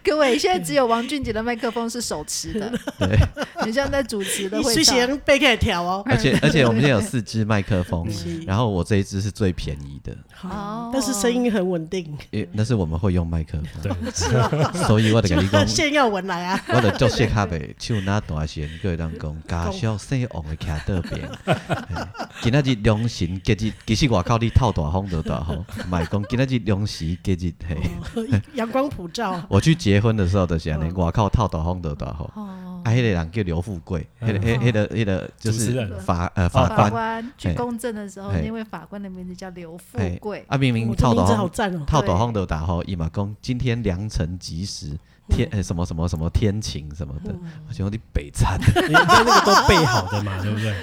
Speaker 3: 各位，现在只有王俊杰的麦克风是手持的，
Speaker 1: 对，
Speaker 2: 嗯
Speaker 3: 很像在主持的
Speaker 2: 你
Speaker 3: 会
Speaker 2: 随
Speaker 3: 上。
Speaker 2: 前背可以调哦。
Speaker 1: 而且而且我们现在有四支麦克风
Speaker 2: 是，
Speaker 1: 然后我这一支是最便宜的，
Speaker 3: 哦
Speaker 2: 但是声音很稳定，，
Speaker 1: 因为那是我们会用麦克风，
Speaker 4: 对，
Speaker 1: 所以我的跟你讲
Speaker 2: 炫耀文来 啊！
Speaker 1: 我的做些卡呗，手拿大弦，个会当讲，家小细王的徛倒 边，嘿今仔日良辰吉日，其实外口你透大风就大 风，卖讲今仔日良时吉日嘿。
Speaker 2: 阳光普照，
Speaker 1: 我去结婚的时候就是安尼，
Speaker 2: 哦
Speaker 1: 外口透大风就大风。
Speaker 3: 哦
Speaker 1: 啊，迄个人叫刘富贵，
Speaker 2: 哦
Speaker 1: 迄个、迄、迄个、迄个就
Speaker 4: 主持
Speaker 1: 是
Speaker 4: 人
Speaker 1: 法呃法
Speaker 3: 法
Speaker 1: 官，
Speaker 3: 官去
Speaker 1: 哎
Speaker 3: 公证的时候，
Speaker 1: 哎
Speaker 3: 那位法官的名字叫刘富
Speaker 1: 嘿
Speaker 3: 贵。
Speaker 1: 啊，
Speaker 2: 我
Speaker 1: 明明
Speaker 2: 这
Speaker 1: 透
Speaker 2: 名
Speaker 1: 大
Speaker 2: 字好哦
Speaker 1: 风
Speaker 2: 赞哦！
Speaker 1: 套大风就打吼，伊嘛讲今天良辰吉时，天、呃什么什么什么天晴什么的，
Speaker 2: 嗯
Speaker 1: 我觉得你北 餐
Speaker 4: 哎你那个都备好的嘛，对不对？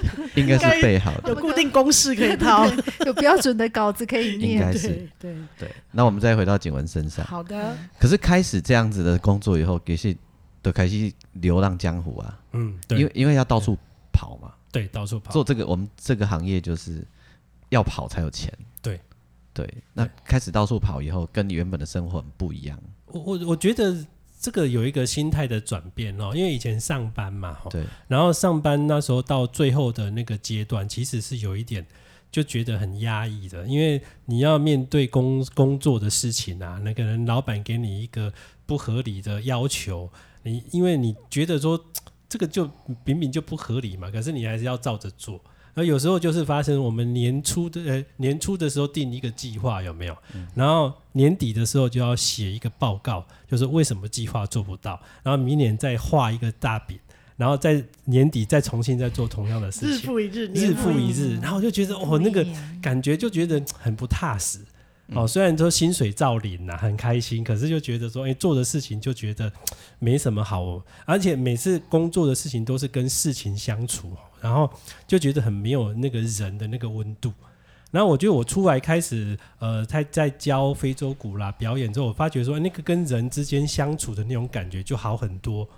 Speaker 1: 应该
Speaker 2: 应该
Speaker 1: 是备好
Speaker 2: 有
Speaker 1: 的，
Speaker 2: 固定公式可以套。
Speaker 3: 有标准的稿子可以
Speaker 1: 应
Speaker 3: 念。
Speaker 1: 该是
Speaker 2: 对对，
Speaker 1: 对。那我们再回到景文身上，
Speaker 2: 好的，
Speaker 1: 可是开始这样子的工作以后，也是都开始流浪江湖啊，
Speaker 4: 嗯，
Speaker 1: 因
Speaker 4: 对
Speaker 1: 为因为要到处跑嘛，
Speaker 4: 对，到处跑。
Speaker 1: 做这个我们这个行业就是要跑才有钱，
Speaker 4: 对
Speaker 1: 对。那开始到处跑以后，跟你原本的生活很不一样，
Speaker 4: 我我我觉得这个有一个心态的转变哦，因为以前上班嘛，哦
Speaker 1: 对，
Speaker 4: 然后上班那时候到最后的那个阶段，其实是有一点就觉得很压抑的，因为你要面对工工作的事情啊，那个人老板给你一个不合理的要求，你因为你觉得说这个就明明就不合理嘛，可是你还是要照着做。然后有时候就是发生我们年初的呃年初的时候定一个计划有没有？然后年底的时候就要写一个报告，就是为什么计划做不到，然后明年再画一个大饼，然后在年底再重新再做同样的事
Speaker 2: 日
Speaker 4: 情。
Speaker 2: 复一日，
Speaker 4: 日
Speaker 2: 年
Speaker 4: 复一日，然后我就觉得哦，那个感觉就觉得很不踏实。哦，虽然说薪水照领呐、很开心，可是就觉得说，哎、做的事情就觉得没什么好、哦，而且每次工作的事情都是跟事情相处哦，然后就觉得很没有那个人的那个温度。然后我觉得我出来开始，呃，在在教非洲鼓啦表演之后，我发觉说哎那个跟人之间相处的那种感觉就好很多。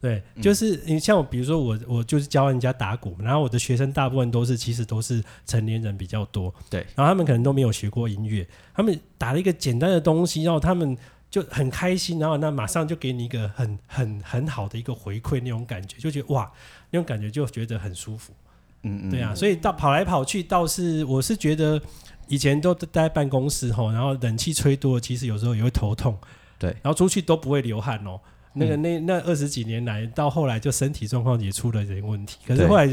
Speaker 4: 对，就是你像我，比如说我，我就是教人家打鼓，然后我的学生大部分都是其实都是成年人比较多，
Speaker 1: 对，
Speaker 4: 然后他们可能都没有学过音乐，他们打了一个简单的东西，然后他们就很开心，然后那马上就给你一个很很很好的一个回馈，那种感觉就觉得哇，那种感觉就觉得很舒服。
Speaker 1: 嗯嗯，
Speaker 4: 对啊，所以到跑来跑去倒是，我是觉得以前都待在办公室吼，然后冷气吹多了，其实有时候也会头痛。
Speaker 1: 对嗯
Speaker 4: 然后出去都不会流汗哦。那个那那二十几年来，到后来就身体状况也出了点问题。可是
Speaker 1: 对
Speaker 4: 后来，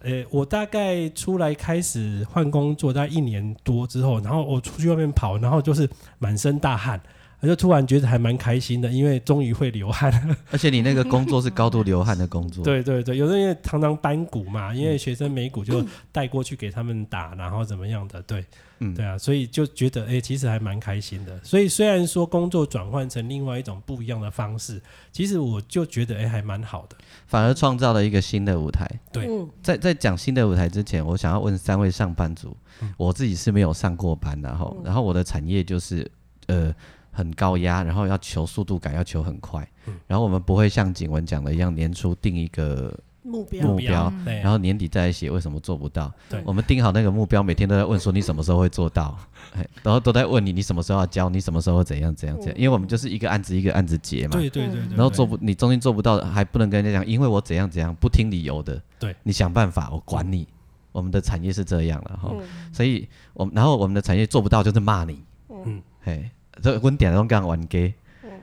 Speaker 4: 呃，我大概出来开始换工作，大概一年多之后，然后我出去外面跑，然后就是满身大汗，我就突然觉得还蛮开心的，因为终于会流汗。
Speaker 1: 而且你那个工作是高度流汗的工作，
Speaker 4: 对对对，有时候因为常常搬鼓嘛，
Speaker 1: 嗯
Speaker 4: 因为学生美鼓就带过去给他们打，然后怎么样的，对，
Speaker 1: 嗯
Speaker 4: 对啊，所以就觉得哎、诶其实还蛮开心的。所以虽然说工作转换成另外一种不一样的方式，其实我就觉得哎、诶还蛮好的。
Speaker 1: 反而创造了一个新的舞台。
Speaker 4: 对
Speaker 2: 嗯，
Speaker 1: 在在讲新的舞台之前，我想要问三位上班族，我自己是没有上过班的吼，然后、然后我的产业就是呃很高压，然后要求速度感，要求很快，然后我们不会像景文讲的一样，年初定一个
Speaker 2: 目标
Speaker 1: 目标，
Speaker 4: 对，
Speaker 1: 然后年底再来写为什么做不到
Speaker 4: 哎对。
Speaker 1: 我们定好那个目标，每天都在问说你什么时候会做到，哎然后都在问你你什么时候要交，你什么时候怎样怎样怎样，因为我们就是一个案子一个案子结嘛。
Speaker 4: 对对对对
Speaker 1: 然后做
Speaker 4: 做
Speaker 1: 不，你中间做不到，还不能跟人家讲，因为我怎样怎样，不听理由的。
Speaker 4: 对，
Speaker 1: 你想办法，我管你。我们的产业是这样了哈，所以我们然后我们的产业做不到就是骂你，嗯
Speaker 4: 嗯，
Speaker 1: 嘿，这温点让干玩 gay，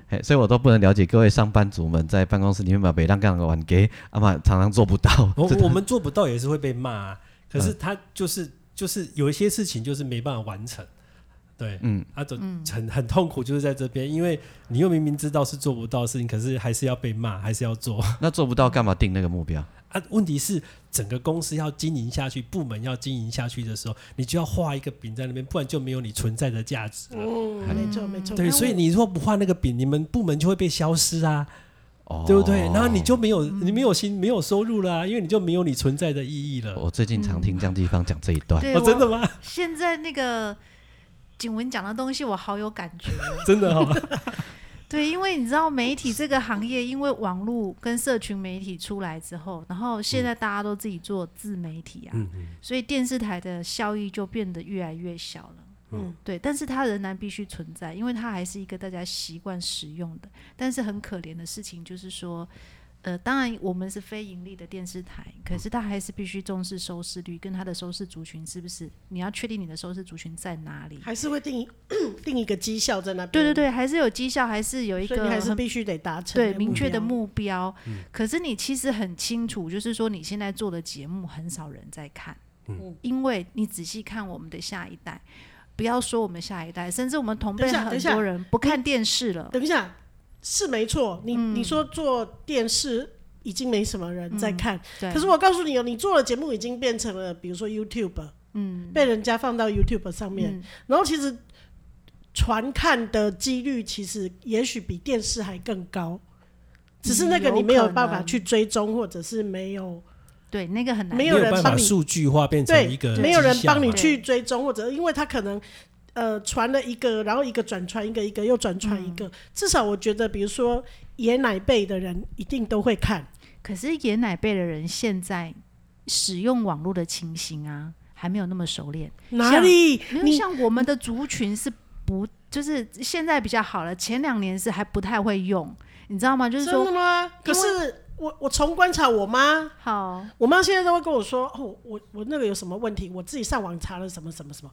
Speaker 1: 嘿，所以我都不能了解各位上班族们在办公室里面把北浪干玩 gay，阿妈常常做不到，
Speaker 4: 我
Speaker 1: 这嗯
Speaker 4: 我们做不到也是会被骂、啊，可是他就是、就是有一些事情就是没办法完成。对，
Speaker 1: 嗯
Speaker 4: 嗯，啊，就很很痛苦，就是在这边，因为你又明明知道是做不到的事情，可是还是要被骂，还是要做。
Speaker 1: 那做不到干嘛定那个目标？
Speaker 4: 啊，问题是整个公司要经营下去，部门要经营下去的时候，你就要画一个饼在那边，不然就没有你存在的价值了。
Speaker 2: 嗯，没错没错。
Speaker 4: 对，所以你若不画那个饼，你们部门就会被消失啊，
Speaker 1: 哦，
Speaker 4: 对不对？然后你就没有
Speaker 2: 嗯
Speaker 4: 你没有薪没有收入啊啦、因为你就没有你存在的意义了。哦，
Speaker 1: 我最近常听江继芳讲这一段，
Speaker 3: 对，
Speaker 2: 哦
Speaker 4: 真的
Speaker 3: 我
Speaker 4: 吗？
Speaker 3: 现在那个景文讲的东西，我好有感觉。
Speaker 4: 真的哦，
Speaker 3: 对，因为你知道媒体这个行业，因为网络跟社群媒体出来之后，然后现在大家都自己做自媒体啊，
Speaker 4: 嗯嗯
Speaker 3: 所以电视台的效益就变得越来越小了。
Speaker 2: 嗯，
Speaker 3: 对，但是它仍然必须存在，因为它还是一个大家习惯使用的。但是很可怜的事情就是说，呃，当然我们是非盈利的电视台，可是它还是必须重视收视率跟它的收视族群是不是？你要确定你的收视族群在哪里。
Speaker 2: 还是会定定一个 绩效在那边。
Speaker 3: 对对对，还是有绩效，还是有一
Speaker 2: 所以
Speaker 3: 个
Speaker 2: 你还是
Speaker 3: 很
Speaker 2: 必须得达成
Speaker 3: 对
Speaker 2: 目
Speaker 3: 明确的
Speaker 2: 标
Speaker 3: 目标。可是你其实很清楚，就是说你现在做的节目很少人在看，
Speaker 2: 嗯
Speaker 3: 因为你仔细看我们的下一代，不要说我们下一代，甚至我们同辈
Speaker 2: 等一下等
Speaker 3: 很
Speaker 2: 一下
Speaker 3: 多人不看电视了。
Speaker 2: 等一下，是没错，你、
Speaker 3: 嗯
Speaker 2: 你说做电视已经没什么人在看，
Speaker 3: 对，
Speaker 2: 可是我告诉你哦，你做的节目已经变成
Speaker 3: 嗯
Speaker 2: 了，比如说 YouTube，嗯，被人家放到 YouTube 上面，然后其实。传看的几率其实也许比电视还更高，只是那个
Speaker 3: 有
Speaker 2: 你没有
Speaker 3: 可
Speaker 2: 办法
Speaker 3: 能
Speaker 2: 去追踪，或者是没有
Speaker 3: 对，那个很难。
Speaker 2: 没
Speaker 4: 没
Speaker 2: 有
Speaker 4: 有
Speaker 2: 人
Speaker 4: 办法
Speaker 2: 帮你
Speaker 4: 数据化变成一
Speaker 2: 对
Speaker 4: 个，
Speaker 2: 没有人
Speaker 4: 绩效
Speaker 2: 帮你
Speaker 4: 嘛
Speaker 2: 去追踪，或者因为他可能呃传了一个，然后一个转传一个，一个又转传一个。
Speaker 3: 嗯
Speaker 2: 至少我觉得，比如说爷奶辈的人一定都会看，
Speaker 3: 可是爷奶辈的人现在使用网络的情形啊，还没有那么熟练。
Speaker 2: 哪里
Speaker 3: 因为
Speaker 2: 你
Speaker 3: 像我们的族群是不，就是现在比较好了，前两年是还不太会用，你知道吗？就是
Speaker 2: 真的
Speaker 3: 说，
Speaker 2: 吗？可是我我从观察我妈，
Speaker 3: 好，
Speaker 2: 我妈现在都会跟我说，哦，我我那个有什么问题，我自己上网查了什么什么什么。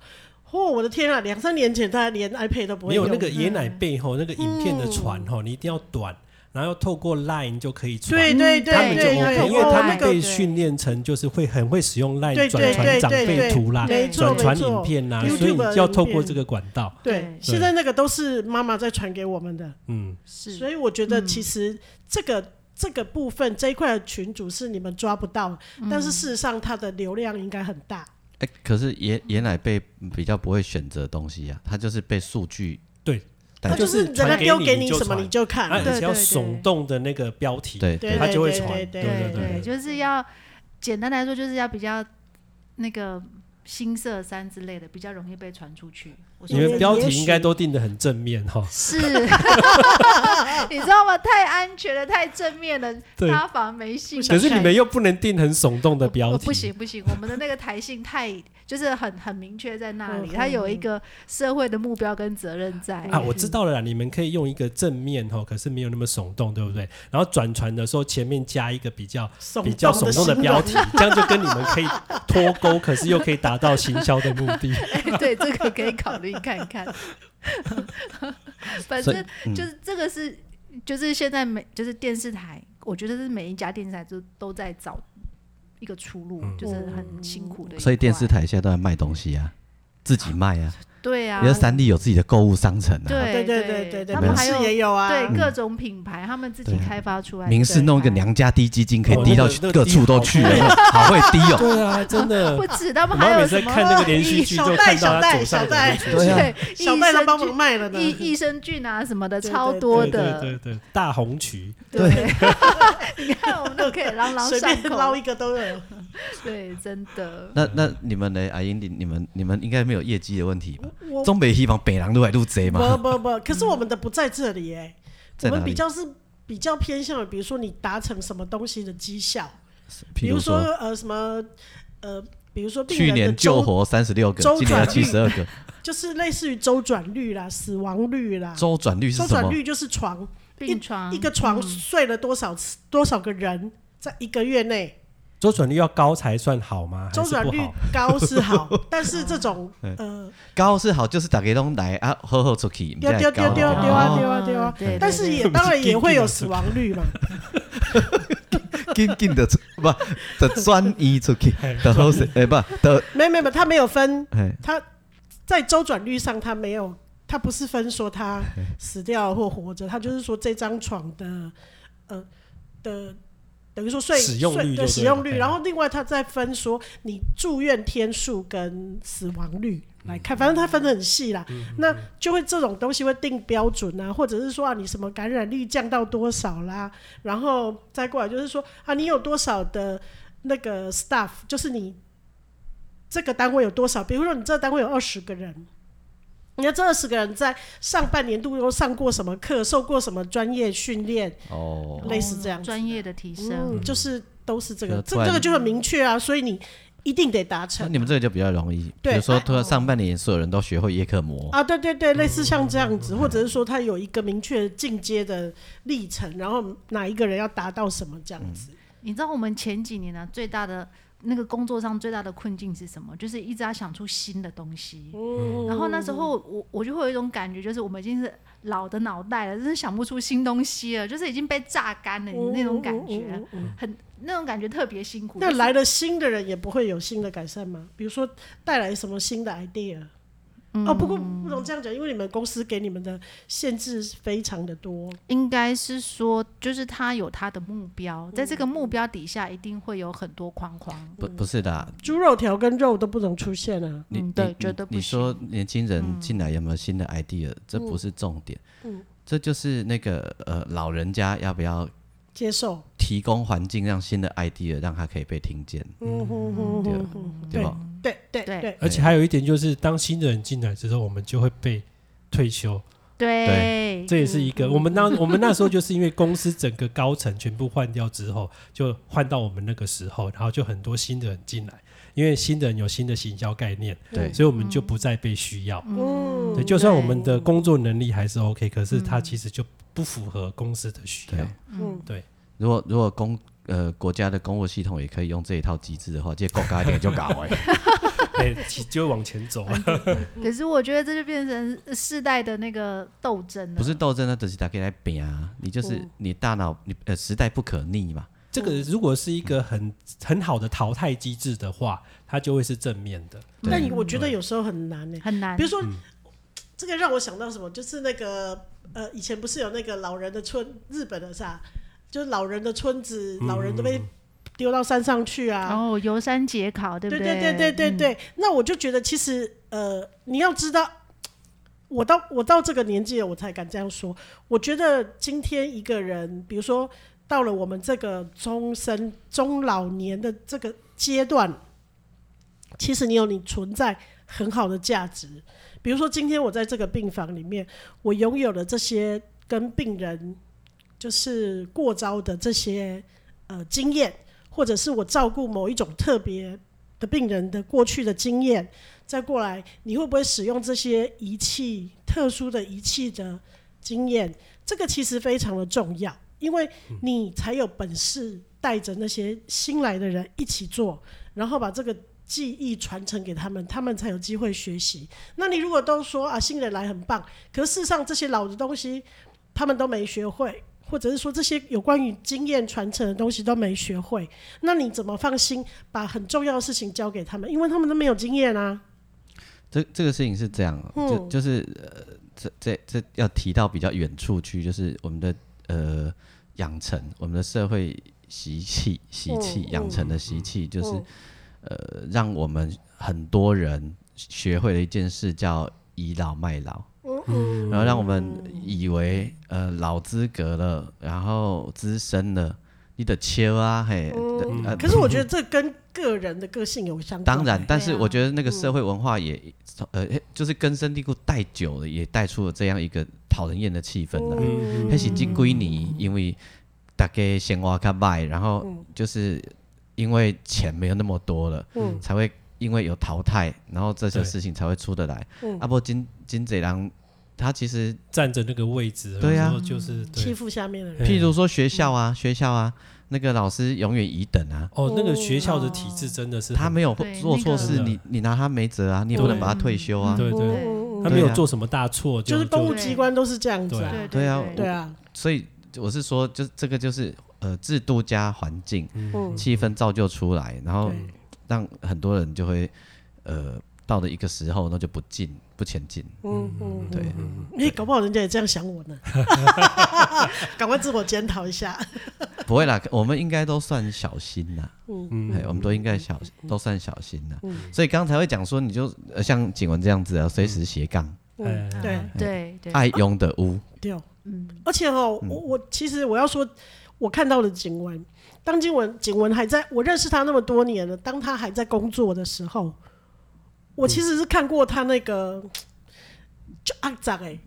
Speaker 2: 嚯、我的天啊！两三年前她连 iPad 都不会嗯
Speaker 4: 没
Speaker 2: 用
Speaker 4: 有，那个爷奶背后那个影片的传吼，你一定要短，然后透过 Line 就可以传。
Speaker 2: 对对对
Speaker 4: 他们就
Speaker 2: 对
Speaker 4: OK，
Speaker 2: 对，
Speaker 4: 因为
Speaker 2: 哦
Speaker 4: 他
Speaker 2: 那
Speaker 4: 们
Speaker 2: 个
Speaker 4: 被训练成就是会很会使用 Line
Speaker 2: 对
Speaker 4: 转
Speaker 2: 对
Speaker 4: 传
Speaker 2: 对
Speaker 4: 长
Speaker 2: 对
Speaker 4: 辈
Speaker 2: 对，
Speaker 4: 图啦，
Speaker 2: 没错
Speaker 4: 转
Speaker 2: 没
Speaker 4: 传影
Speaker 2: 错，
Speaker 4: 片啦，
Speaker 2: YouTube
Speaker 4: 所以你就要透过
Speaker 2: 的影片
Speaker 4: 这个管道。
Speaker 2: 对
Speaker 3: 对，
Speaker 2: 现在那个都是妈妈在传给我们的，
Speaker 4: 嗯，
Speaker 3: 是嗯
Speaker 2: 所以我觉得其实这个、这个部分这一块的群主是你们抓不到的，但
Speaker 3: 嗯
Speaker 2: 是事实上它的流量应该很大。
Speaker 1: 哎、可是爷爷奶辈比较不会选择东西啊，他就是被数据
Speaker 4: 对，
Speaker 2: 他
Speaker 1: 带
Speaker 4: 就
Speaker 2: 就是是人家
Speaker 4: 传给
Speaker 2: 丢
Speaker 4: 你
Speaker 2: 给
Speaker 4: 你
Speaker 2: 你
Speaker 4: 就
Speaker 2: 什么
Speaker 4: 传啊
Speaker 2: 你就看，
Speaker 4: 而
Speaker 3: 对
Speaker 4: 且要耸动的那个标题，
Speaker 1: 对
Speaker 2: 对
Speaker 4: 他
Speaker 2: 对
Speaker 4: 就会
Speaker 2: 对
Speaker 4: 传。
Speaker 2: 对
Speaker 4: 对
Speaker 3: 对
Speaker 4: 对，
Speaker 3: 就是要简单来说，就是要比较那个新色三之类的，比较容易被传出去。我说
Speaker 4: 你们
Speaker 2: 也
Speaker 4: 标
Speaker 2: 也
Speaker 4: 题应该
Speaker 2: 许
Speaker 4: 都定的很正面哈。
Speaker 3: 是， 你知道吗？太安全了，太正面了，
Speaker 4: 对
Speaker 3: 他反而没信心。
Speaker 4: 可是你们又不能定很耸动的标
Speaker 3: 我
Speaker 4: 题，
Speaker 3: 不行不行，我们的那个弹性太就是很很明确在那里，
Speaker 2: 嗯
Speaker 3: 它有一个社会的目标跟责任在
Speaker 4: 啊，我知道了啦，你们可以用一个正面哈，可是没有那么耸动，对不对？然后转传的时候前面加一个比较
Speaker 2: 耸
Speaker 4: 比较耸动的
Speaker 2: 形
Speaker 4: 标
Speaker 2: 容
Speaker 4: 题，这样就跟你们可以脱钩，可是又可以达到行销的目的。
Speaker 3: 对，这个可以考虑看看。 反
Speaker 1: 所
Speaker 3: 正
Speaker 1: 嗯
Speaker 3: 就是这个是，就是现在每就是电视台，我觉得是每一家电视台都都在找一个出路，
Speaker 4: 嗯
Speaker 3: 就是
Speaker 2: 哦
Speaker 3: 很辛苦的一块。
Speaker 1: 所以电视台现在都在卖东西啊，自己卖啊，
Speaker 3: 对啊
Speaker 1: 因为，三 D 有自己的购物商城啊，
Speaker 3: 对
Speaker 2: 哦对对
Speaker 3: 对
Speaker 2: 对对对，
Speaker 3: 他
Speaker 1: 没
Speaker 3: 们
Speaker 2: 门
Speaker 1: 有
Speaker 3: 还
Speaker 2: 市
Speaker 3: 有
Speaker 2: 也有啊，
Speaker 3: 对各种品牌，他们自己
Speaker 1: 对啊
Speaker 3: 开发出来。
Speaker 1: 明示弄一个
Speaker 3: 娘。
Speaker 1: 娘家低基金，可
Speaker 4: 哦
Speaker 1: 以低到
Speaker 4: 那个那个
Speaker 1: 各
Speaker 4: 低
Speaker 1: 处都
Speaker 4: 好
Speaker 1: 去
Speaker 4: 低
Speaker 1: 了，好会低 哦。
Speaker 4: 对啊，真的
Speaker 3: 不。止，他
Speaker 4: 我
Speaker 3: 们还
Speaker 4: 妈
Speaker 3: 有
Speaker 4: 每
Speaker 3: 什
Speaker 4: 次在
Speaker 3: 么
Speaker 2: 啊
Speaker 4: 看那个连续剧，
Speaker 2: 小
Speaker 4: 就
Speaker 2: 戴小
Speaker 4: 看到她
Speaker 2: 戴
Speaker 4: 左上
Speaker 2: 小
Speaker 4: 角
Speaker 2: 戴
Speaker 4: 出
Speaker 1: 对啊
Speaker 4: 现。
Speaker 3: 对
Speaker 2: 小
Speaker 3: 益
Speaker 2: 麦
Speaker 3: 生
Speaker 2: 都帮忙
Speaker 3: 菌
Speaker 2: 卖了呢。
Speaker 3: 益益生菌啊什么的，
Speaker 2: 对
Speaker 3: 超
Speaker 2: 对
Speaker 3: 多
Speaker 4: 对对
Speaker 3: 的
Speaker 4: 对，对，大红旗，
Speaker 3: 对， 你看我们都可以朗朗
Speaker 2: 随
Speaker 3: 上
Speaker 2: 便捞
Speaker 3: 口
Speaker 2: 一，个都有，
Speaker 3: 对，真的。
Speaker 1: 那那你们呢？阿英，你你们你们应该没有业绩的问题吧？
Speaker 2: 我
Speaker 1: 中北希望北狼都来录贼
Speaker 2: 不
Speaker 1: 嘛，
Speaker 2: 不不，可是我们的不在这里哎、
Speaker 1: 在
Speaker 2: 我
Speaker 1: 哪
Speaker 2: 们比
Speaker 1: 里？
Speaker 2: 较是比较偏向于，比如说你达成什么东西的绩效，
Speaker 1: 譬
Speaker 2: 比如
Speaker 1: 说
Speaker 2: 呃什么呃，比如说病人
Speaker 1: 去
Speaker 2: 的
Speaker 1: 年
Speaker 2: 周
Speaker 1: 救活三十六个，
Speaker 2: 周
Speaker 1: 今年要
Speaker 2: 转率
Speaker 1: 七十二 个，
Speaker 2: 就是类似于周转率啦、死亡率啦。
Speaker 1: 周转率是
Speaker 2: 周
Speaker 1: 什
Speaker 2: 转
Speaker 1: 么？
Speaker 2: 率就是床
Speaker 3: 病床嗯
Speaker 2: 一个床睡了多少次、多少个人，在一个月内，
Speaker 4: 周转率要高才算好吗？还
Speaker 2: 周
Speaker 4: 是
Speaker 2: 转
Speaker 4: 不
Speaker 2: 率
Speaker 4: 好？
Speaker 2: 高是好，但是这种呃
Speaker 1: 高是好，就是打给东来啊，好好出去，
Speaker 2: 丢丢丢丢丢啊
Speaker 3: 哦
Speaker 2: 丢啊丢啊
Speaker 3: 对对，
Speaker 2: 但是也
Speaker 4: 对
Speaker 2: 当然也会有死亡率 嘛，
Speaker 1: 紧紧的 不的转移出去，的好势哎不的
Speaker 2: 没没没，他没有分
Speaker 1: 哎
Speaker 2: 他在周转率上，他没有，他不是分说他死掉或活着，他就是说这张床的呃的等于说睡
Speaker 4: 使用率
Speaker 2: 睡
Speaker 4: 就
Speaker 2: 对
Speaker 4: 对
Speaker 2: 使用
Speaker 4: 了
Speaker 2: 率，
Speaker 4: 哎
Speaker 2: 然后另外他再分说你住院天数跟死亡率来
Speaker 4: 嗯
Speaker 2: 看，反正他分的很细啦。那就会这种东西会定标准啊，或者是说啊你什么感染率降到多少啦，然后再过来就是说啊你有多少的那个 staff，就是你这个单位有多少？比如说你这个单位有二十个人，你看这二十个人在上半年度又上过什么课，受过什么专业训练，
Speaker 1: 哦，
Speaker 2: 类似这样子
Speaker 3: 专业的提升，
Speaker 2: 嗯，就是都是这个，
Speaker 1: 就
Speaker 2: 这
Speaker 1: 突然
Speaker 2: 这个就很明确啊，所以你一定得达
Speaker 1: 那
Speaker 2: 成
Speaker 1: 你们这个就比较容易，比
Speaker 2: 对
Speaker 1: 如说
Speaker 2: 哎
Speaker 1: 突然上半年所有人都学会叶克膜，
Speaker 2: 啊，对对对，
Speaker 3: 嗯
Speaker 2: 类似像这样子，或者是说他有一个明确进阶的历程，然后哪一个人要达到什么这样子，
Speaker 3: 你知道我们前几年呢最大的那个工作上最大的困境是什么？就是一直要想出新的东西。
Speaker 2: 嗯
Speaker 3: 然后那时候我我就会有一种感觉，就是我们已经是老的脑袋了，真是想不出新东西了，就是已经被榨干了，你那种感觉，
Speaker 2: 嗯嗯嗯嗯
Speaker 3: 很那种感觉特别辛苦。
Speaker 2: 那
Speaker 3: 就是
Speaker 2: 来了新的人也不会有新的改善吗？比如说带来什么新的 idea？哦，不过不能这样讲，因为你们公司给你们的限制非常的多。
Speaker 3: 应该是说，就是他有他的目标，在这个目标底下，一定会有很多框框。
Speaker 1: 不不是的啊，
Speaker 2: 猪肉条跟肉都不能出现啊。
Speaker 1: 你
Speaker 3: 嗯
Speaker 1: 你
Speaker 3: 对
Speaker 1: 你
Speaker 3: 绝对不
Speaker 1: 你说年轻人
Speaker 3: 嗯
Speaker 1: 进来有没有新的 idea？这
Speaker 2: 嗯
Speaker 1: 不是重点，这就是那个呃老人家要不要
Speaker 2: 接受，
Speaker 1: 提供环境，让新的 idea 让他可以被听见，
Speaker 2: 嗯哼哼
Speaker 1: 对啊
Speaker 2: 哼哼，
Speaker 1: 对
Speaker 2: 对
Speaker 1: 吧？
Speaker 2: 对对
Speaker 3: 对
Speaker 2: 对，
Speaker 4: 而且还有一点就是，当新的人进来之后，我们就会被退休，
Speaker 3: 对，
Speaker 4: 这也是一个。我们那我们那时候就是因为公司整个高层全部换掉之后，就换到我们那个时候，然后就很多新的人进来，因为新的人有新的行销概念，
Speaker 1: 对
Speaker 4: 所以我们就不再被需要。
Speaker 2: 嗯
Speaker 4: 对，就算我们的工作能力还是 OK，可是它其实就不符合公司的需要
Speaker 1: 对。
Speaker 2: 嗯，
Speaker 1: 如果如果公呃国家的公务系统也可以用这一套机制的话，这国家一点就搞哎、
Speaker 4: 哎，其就会往前走啊。
Speaker 2: 嗯
Speaker 3: 可是我觉得这就变成世代的那个斗争了。
Speaker 1: 不是斗争，那只是打给来比啊。你就是、
Speaker 2: 嗯
Speaker 1: 你大脑，你呃时代不可逆嘛。
Speaker 4: 这个如果是一个很很好的淘汰机制的话，它就会是正面的。
Speaker 1: 对
Speaker 2: 但我觉得有时候很难呢。
Speaker 3: 很难
Speaker 2: 比，如说，这个让我想到什么，就是那个呃，以前不是有那个老人的村，日本的啥，就是老人的村子，老人都被
Speaker 4: 嗯
Speaker 2: 丢到山上去啊，
Speaker 3: 然后游山解考，对不嗯
Speaker 2: 对
Speaker 3: 对
Speaker 2: 对对对对。那我就觉得，其实呃，你要知道，我到我到这个年纪了，我才敢这样说。我觉得今天一个人，比如说到了我们这个中生中老年的这个阶段，其实你有你存在很好的价值。比如说，今天我在这个病房里面，我拥有了这些跟病人就是过招的这些呃经验，或者是我照顾某一种特别的病人的过去的经验，再过来，你会不会使用这些仪器、特殊的仪器的经验？这个其实非常的重要，因为你才有本事带着那些新来的人一起做，然后把这个。技艺传承给他们，他们才有机会学习。那你如果都说啊，新人来很棒，可是事实上这些老的东西他们都没学会，或者是说这些有关于经验传承的东西都没学会，那你怎么放心把很重要的事情交给他们？因为他们都没有经验啊。
Speaker 1: 这这个事情是这样哦，
Speaker 2: 嗯
Speaker 1: 就就是呃，这这这要提到比较远处去，就是我们的呃养成，我们的社会习气、习气
Speaker 2: 嗯
Speaker 1: 养成的习气，就是
Speaker 2: 嗯
Speaker 1: 呃，让我们很多人学会了一件事叫倚老卖老，
Speaker 2: 嗯
Speaker 1: 然后让我们以为呃老资格了，然后资深了，你的切啊嘿，
Speaker 2: 嗯
Speaker 1: 呃
Speaker 2: 可是我觉得这跟个人的个性有相关。
Speaker 1: 当然，但是
Speaker 3: 对啊
Speaker 1: 我觉得那个社会文化也，呃，就是根深蒂固带久了，也带出了这样一个讨人厌的气氛来。
Speaker 4: 嗯
Speaker 1: 那是近归你，因为大家闲话看卖，然后
Speaker 3: 嗯
Speaker 1: 就是因为钱没有那么多了，
Speaker 2: 嗯
Speaker 1: 才会因为有淘汰，然后这些
Speaker 4: 对
Speaker 1: 事情才会出得来
Speaker 2: 嗯。
Speaker 1: 啊不，金金贼狼他其实，
Speaker 4: 站着那个位置，
Speaker 1: 对啊哎
Speaker 4: 然后就是
Speaker 2: 欺
Speaker 4: 对。
Speaker 2: 负下面的人，
Speaker 4: 嗯
Speaker 1: 譬如说学校啊，学校啊，那个老师永远乙等啊，
Speaker 4: 哦，那个学校的体
Speaker 2: 哦
Speaker 4: 制真的是很
Speaker 1: 他没有
Speaker 3: 对
Speaker 1: 做
Speaker 3: 那
Speaker 1: 错
Speaker 3: 个
Speaker 1: 事，你你拿他没辙啊，你也不能把他退休啊。
Speaker 4: 对对，
Speaker 2: 嗯
Speaker 4: 他
Speaker 2: 嗯
Speaker 1: 对
Speaker 4: 没有
Speaker 1: 啊
Speaker 4: 做什么大错，
Speaker 2: 就是公务
Speaker 3: 就
Speaker 2: 机关都是这样子啊。
Speaker 3: 嗯对
Speaker 1: 对啊
Speaker 2: 对啊，
Speaker 1: 所以我是说，就是这个就是呃制度加环境
Speaker 2: 嗯，
Speaker 1: 气氛造就出来，然后
Speaker 2: 对
Speaker 1: 让很多人就会呃到了一个时候，那就不进不前进。
Speaker 2: 嗯嗯，
Speaker 1: 对，
Speaker 2: 你搞不好人家也这样想我呢， 赶快自我检讨一下。
Speaker 1: 不会啦，我们应该都算小心啦，
Speaker 2: 嗯，
Speaker 1: 嗯，我们都应该小都算小心啦。所以刚才会讲说，你就呃像景文这样子啊，随时斜杠，
Speaker 2: 嗯
Speaker 3: 嗯
Speaker 2: 对
Speaker 3: 对对，
Speaker 1: 爱用的屋，
Speaker 2: 对哦，
Speaker 3: 嗯，
Speaker 2: 而且哦，我我其实我要说，我看到的景文，当景文景文还在我认识他那么多年了，当他还在工作的时候，我其实是看过他那个。就肮脏哎，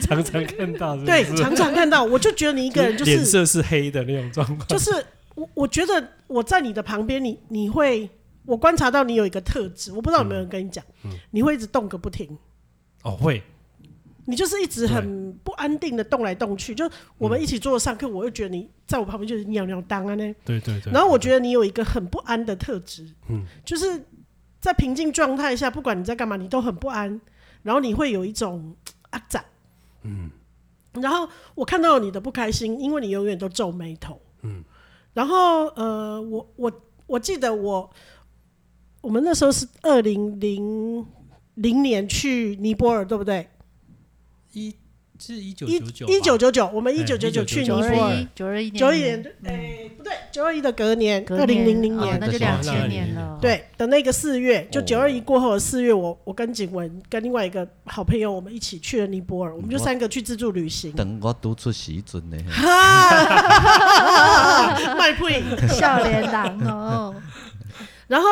Speaker 4: 常常看到，是不
Speaker 2: 对
Speaker 4: 是，
Speaker 2: 常常看到，我就觉得你一个人就
Speaker 4: 嗯脸
Speaker 2: 是
Speaker 4: 色是黑的那种状况，
Speaker 2: 就是我，我觉得我在你的旁边，你你会，我观察到你有一个特质，我不知道有没有人跟你讲，
Speaker 4: 嗯
Speaker 2: 你会一直动个不停，
Speaker 4: 哦会，
Speaker 2: 你就是一直很不安定的动来动去。就我们一起做上课，我又觉得你在我旁边就是尿尿当啊呢，
Speaker 4: 对对对。
Speaker 2: 然后我觉得你有一个很不安的特质，就是在平静状态下，不管你在干嘛，你都很不安，然后你会有一种啊展，嗯，然后我看到你的不开心，因为你永远都皱眉头，嗯，然后呃，我我我记得我我们那时候是二零零零年去尼泊尔，对不对？
Speaker 4: 一是一九
Speaker 2: 一
Speaker 4: 九九
Speaker 2: 一九九九，我们
Speaker 4: 哎
Speaker 2: 一九九九去尼
Speaker 3: 九
Speaker 2: 泊
Speaker 3: 二
Speaker 2: 尔，
Speaker 3: 一九二一年
Speaker 2: 九一年
Speaker 3: 的，
Speaker 2: 哎、不对，九二一的隔年，啊
Speaker 3: 隔
Speaker 2: 二零零零
Speaker 3: 哦
Speaker 2: 年
Speaker 3: 那就
Speaker 1: 那
Speaker 3: 两
Speaker 4: 是
Speaker 3: 千年
Speaker 4: 2000
Speaker 3: 了。
Speaker 2: 对的那个四月，就
Speaker 1: 哦
Speaker 2: 九二一过后的四月，我我跟景文跟另外一个好朋友，我们一起去了尼泊尔，我们就三个去自助旅行。
Speaker 1: 等我读出时阵呢，
Speaker 2: 卖配。
Speaker 3: 笑脸郎哦，
Speaker 2: 然后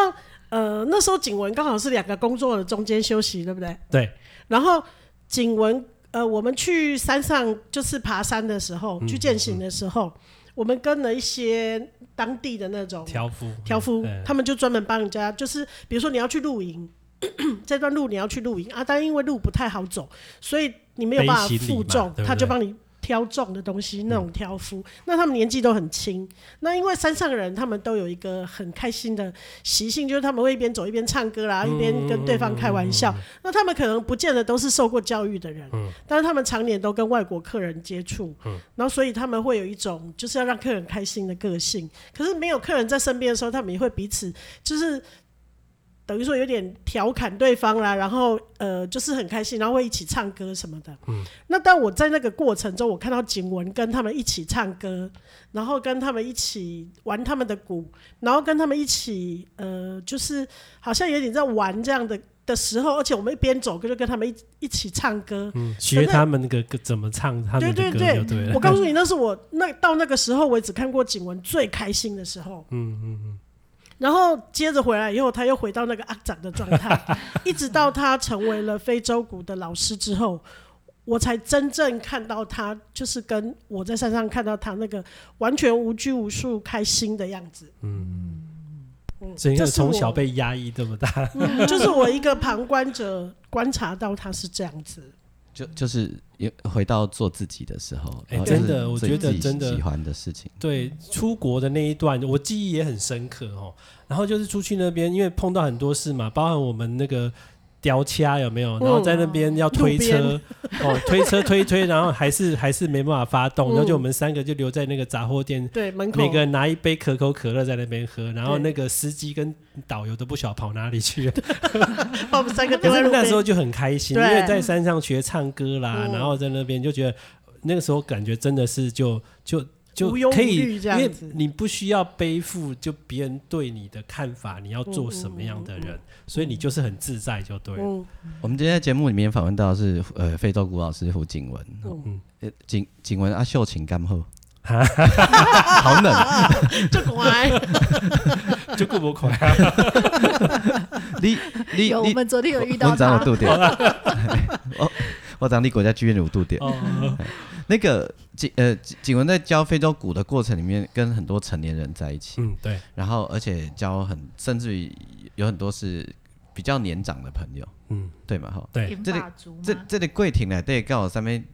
Speaker 2: 呃，那时候景文刚好是两个工作的中间休息，对不对？
Speaker 4: 对，
Speaker 2: 然后景文呃，我们去山上就是爬山的时候，去践行的时
Speaker 4: 嗯
Speaker 2: 候，我们跟了一些当地的那种
Speaker 4: 挑夫
Speaker 2: 挑夫
Speaker 4: 嗯，
Speaker 2: 他们就专门帮人家，就是比如说你要去露营， 这段路你要去露营啊，但因为路不太好走，所以你没有办法
Speaker 4: 背行李嘛
Speaker 2: 负重
Speaker 4: 对不，对嗯
Speaker 2: 他就帮你挑重的东西，那种挑夫。那他们年纪都很轻，那因为山上的人他们都有一个很开心的习性，就是他们会一边走一边唱歌啦，
Speaker 4: 嗯
Speaker 2: 一边跟对方开玩笑。那他们可能不见得都是受过教育的人，
Speaker 4: 嗯
Speaker 2: 但是他们常年都跟外国客人接触，然后所以他们会有一种就是要让客人开心的个性。可是没有客人在身边的时候，他们也会彼此就是等于说有点调侃对方啦，然后呃就是很开心，然后会一起唱歌什么的。嗯，那但我在那个过程中，我看到景文跟他们一起唱歌，然后跟他们一起玩他们的鼓，然后跟他们一起呃就是好像有点在玩这样的。的时候，而且我们一边走就跟他们一一起唱歌，
Speaker 4: 嗯学他们那个歌怎么唱他们的
Speaker 2: 对
Speaker 4: 歌
Speaker 2: 对对
Speaker 4: 就对了。
Speaker 2: 我告诉你，那是我那到那个时候，我只看过景文最开心的时候。嗯嗯嗯。然后接着回来以后，他又回到那个阿展的状 态，一直到他成为了非洲鼓的老师之后，我才真正看到他，就是跟我在山上看到他那个完全无拘无束、开心的样子。嗯，
Speaker 4: 所以
Speaker 2: 这
Speaker 4: 就是
Speaker 2: 我
Speaker 4: 从小被压抑这么大，
Speaker 2: 嗯就是我一个旁观者观察到他是这样子。
Speaker 1: 就就是也回到做自己的时候，
Speaker 4: 哎
Speaker 1: 然后就是
Speaker 4: 真的我
Speaker 1: 自
Speaker 4: 觉得
Speaker 1: 自己
Speaker 4: 真的
Speaker 1: 喜欢的事情，
Speaker 4: 对，出国的那一段，我记忆也很深刻哦。然后就是出去那边，因为碰到很多事嘛，包含我们那个雕掐有没
Speaker 2: 嗯
Speaker 4: 有？然后在那边要推车，哦，推车推一推，然后还是还是没办法发动，
Speaker 2: 嗯
Speaker 4: 然后就我们三个就留在那个杂货店。
Speaker 2: 对，门口
Speaker 4: 每个人拿一杯可口可乐在那边喝，然后那个司机跟导游都不晓得跑哪里去了。
Speaker 2: 把我们哦三个丢
Speaker 4: 但
Speaker 2: 在
Speaker 4: 是
Speaker 2: 路边
Speaker 4: 那时候就很开心，因
Speaker 2: 对
Speaker 4: 为在山上学唱歌啦，
Speaker 2: 嗯
Speaker 4: 然后在那边就觉得那个时候感觉真的是就就就
Speaker 2: 无忧无
Speaker 4: 可以，
Speaker 2: 虑这样
Speaker 4: 因为
Speaker 2: 子
Speaker 4: 你不需要背负就别人对你的看法，你要做什么样的人，所以你就是很自在就对了。
Speaker 2: 嗯，
Speaker 1: 我们今天在节目里面访问到的是呃非洲鼓老师胡景文，嗯
Speaker 2: 嗯，
Speaker 1: 呃景景文阿秀情干后， 好冷，
Speaker 2: 就乖。
Speaker 4: 就顾不口啊，
Speaker 1: 你 你
Speaker 3: 有我
Speaker 1: 你，
Speaker 3: 们昨天有遇到
Speaker 1: 文章有
Speaker 3: 他，
Speaker 1: 度掉， 我我长你国家剧院有度掉，
Speaker 4: 哦，
Speaker 1: 那个景呃景景文在教非洲鼓的过程里面，跟很多成年人在一起，
Speaker 4: 嗯，对，
Speaker 1: 然后而且交很，甚至于有很多是比较年长的朋友，
Speaker 4: 嗯，
Speaker 1: 对嘛哈。
Speaker 4: 对，
Speaker 3: 银
Speaker 1: 这里
Speaker 3: 发族
Speaker 1: 这
Speaker 3: 吗
Speaker 1: 这里桂亭呢，对，告我上面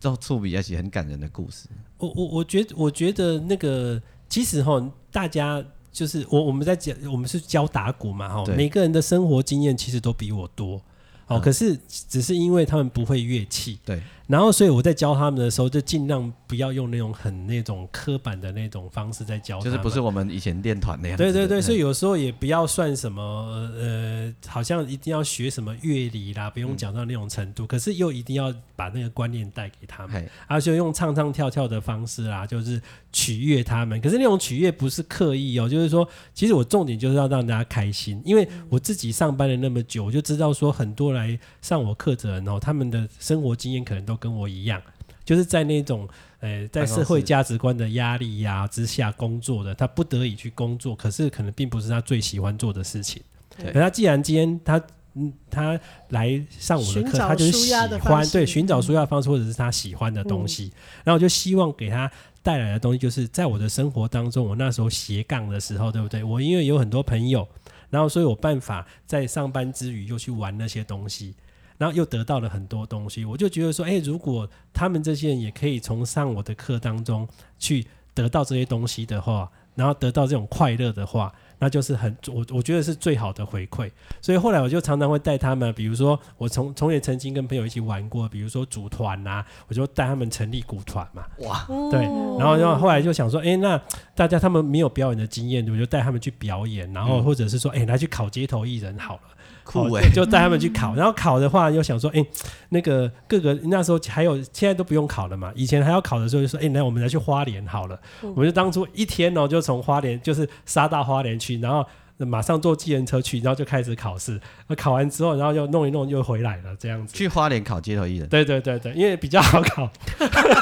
Speaker 1: 到处比一些很感人的故事，
Speaker 4: 我我我觉得我觉得那个其实哈，大家就是我我们在讲，我们是教打鼓嘛哈，
Speaker 1: 对
Speaker 4: 每个人的生活经验其实都比我多。哦，
Speaker 1: 嗯
Speaker 4: 可是只是因为他们不会乐器，
Speaker 1: 对，
Speaker 4: 然后所以我在教他们的时候，就尽量不要用那种很那种刻板的那种方式在教他
Speaker 1: 就
Speaker 4: 们，
Speaker 1: 是不是我们以前练团那样子
Speaker 4: 对
Speaker 1: 的。
Speaker 4: 对对，
Speaker 1: 嗯
Speaker 4: 所以有时候也不要算什么呃，好像一定要学什么乐理啦，不
Speaker 1: 嗯
Speaker 4: 用讲到那种程度，可是又一定要把那个观念带给他们，
Speaker 1: 嘿
Speaker 4: 而且啊用唱唱跳跳的方式啦，就是取悦他们。可是那种取悦不是刻意哦，就是说，其实我重点就是要让大家开心，因为
Speaker 2: 嗯
Speaker 4: 我自己上班了那么久，我就知道说很多来上我课的人哦，他们的生活经验可能都跟我一样。就是在那种呃，在
Speaker 1: 办公
Speaker 4: 社会
Speaker 1: 室
Speaker 4: 价值观的压力呀、之下工作的，他不得已去工作，可是可能并不是他最喜欢做的事情。
Speaker 1: 对
Speaker 4: 可他既然今天他嗯他来上我的
Speaker 2: 寻
Speaker 4: 课，
Speaker 2: 找
Speaker 4: 他就是
Speaker 2: 舒
Speaker 4: 喜
Speaker 2: 压的
Speaker 4: 欢
Speaker 2: 方式
Speaker 4: 对寻找舒压的方式，或者是他喜欢的东西。然后我就希望给他带来的东西，就是在我的生活当中，我那时候斜杠的时候，对不对？我因为有很多朋友，然后所以我办法在上班之余又去玩那些东西。然后又得到了很多东西，我就觉得说，哎，如果他们这些人也可以从上我的课当中去得到这些东西的话，然后得到这种快乐的话，那就是很我我觉得是最好的回馈。所以后来我就常常会带他们，比如说我从从也曾经跟朋友一起玩过，比如说组团啊，我就带他们成立鼓团嘛。 对
Speaker 2: 嗯
Speaker 4: 然
Speaker 1: 哦
Speaker 4: 后，然后后来就想说，哎，那大家他们没有表演的经验，我就带他们去表演，然后或者是说，哎，拿去考街头艺人好了。
Speaker 1: 嗯酷
Speaker 4: 哦
Speaker 1: 哎、欸，
Speaker 4: 就带他们去考。然后考的话，又想说，哎、那个各个那时候还有现在都不用考了嘛，以前还要考的时候就说，哎、那我们来去花莲好了。
Speaker 1: 嗯
Speaker 4: 我们就当初一天哦，就从花莲就是杀到花莲去，然后。马上坐计程车去，然后就开始考试。那考完之后，然后又弄一弄，又回来了，这样子。
Speaker 1: 去花莲考街头艺人，
Speaker 4: 对对对对，因为比较好考。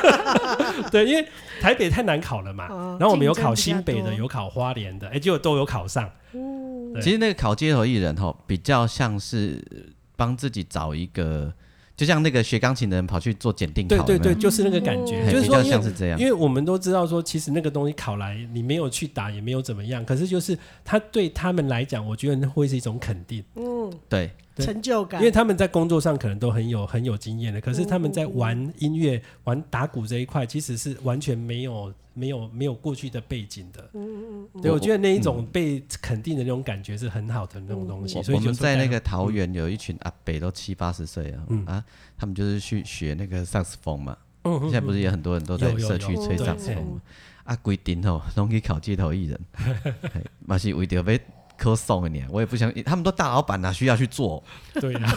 Speaker 4: 对，因为台北太难考了嘛。
Speaker 2: 哦
Speaker 4: 然后我们有
Speaker 3: 竞
Speaker 4: 考
Speaker 3: 争比较
Speaker 4: 新北的，
Speaker 3: 多
Speaker 4: 有考花莲的，哎、结果都有考上。对
Speaker 1: 其实那个考街头艺人吼，比较像是帮自己找一个，就像那个学钢琴的人跑去做检定考，
Speaker 4: 对对
Speaker 1: 有没
Speaker 4: 对，
Speaker 1: 有
Speaker 4: 就是那个感觉，
Speaker 3: 哦
Speaker 2: 嗯
Speaker 1: 嘿
Speaker 4: 就是
Speaker 1: 比
Speaker 4: 说
Speaker 1: 较
Speaker 4: 因为
Speaker 1: 像是这样
Speaker 4: 因。为我们都知道说，其实那个东西考来你没有去打也没有怎么样，可是就是他对他们来讲，我觉得那会是一种肯定，
Speaker 2: 嗯，
Speaker 1: 对，
Speaker 4: 对
Speaker 2: 成就感
Speaker 4: 因为，他们在工作上可能都很有很有经验的，可是他们在玩音乐、玩打鼓这一块，其实是完全没有没有没有过去的背景的。对，
Speaker 1: 我
Speaker 4: 我觉得那一种被肯定的那种感觉是很好的那种东西，所
Speaker 1: 我
Speaker 4: 以
Speaker 1: 我
Speaker 4: 就
Speaker 1: 们
Speaker 4: 说嗯
Speaker 1: 在
Speaker 4: 大
Speaker 1: 那
Speaker 4: 家
Speaker 1: 个桃园有一群阿北都七八十岁了、啊，他们就是去学那个萨克斯风嘛。
Speaker 4: 嗯嗯
Speaker 1: 现在不是也很多人都在
Speaker 4: 有有
Speaker 1: 社区
Speaker 2: 有
Speaker 1: 吹
Speaker 2: 对
Speaker 1: 萨克斯
Speaker 4: 对
Speaker 1: 风吗？啊，规定吼，拢去考街头艺 人，嘿嘛是为着要考送的你，我也不相信，他们都大老板啊哪需要去做、
Speaker 4: 对啊，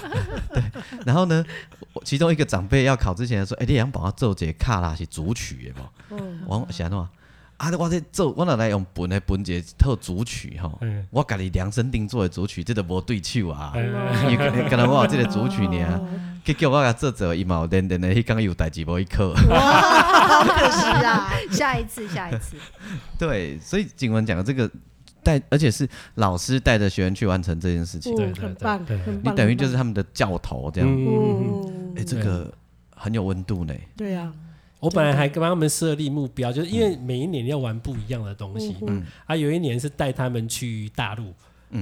Speaker 1: 然后呢，我其中一个长辈要考之前还说：“哎、你想把我做一个卡拉是主曲的嘛？”
Speaker 2: 嗯
Speaker 1: 我想喏，啊，我这做我哪来用本来本一个套主曲吼
Speaker 4: 嗯，
Speaker 1: 我家己量身定做的主曲，这都无对手啊。
Speaker 4: 呃
Speaker 2: 哦
Speaker 1: 因为可能我有这个主曲呢，结果我甲做做，伊嘛有认认的，迄工有代志无去考。
Speaker 2: 嗯好可惜啊！
Speaker 3: 下一次，下一次，
Speaker 1: 对，所以景文讲的这个带，而且是老师带着学员去完成这件事情，
Speaker 2: 嗯
Speaker 4: 对对
Speaker 2: 很
Speaker 4: 对
Speaker 2: 棒，
Speaker 4: 对
Speaker 2: 很
Speaker 1: 你
Speaker 2: 棒
Speaker 1: 等于就是他们的教头这样。哎、
Speaker 4: 嗯，
Speaker 2: 嗯，
Speaker 1: 这个很有温度呢。
Speaker 2: 对啊，
Speaker 4: 我本来还帮他们设立目标，就是因为每一年要玩不一样的东西，
Speaker 1: 嗯
Speaker 4: 啊，有一年是带他们去大陆，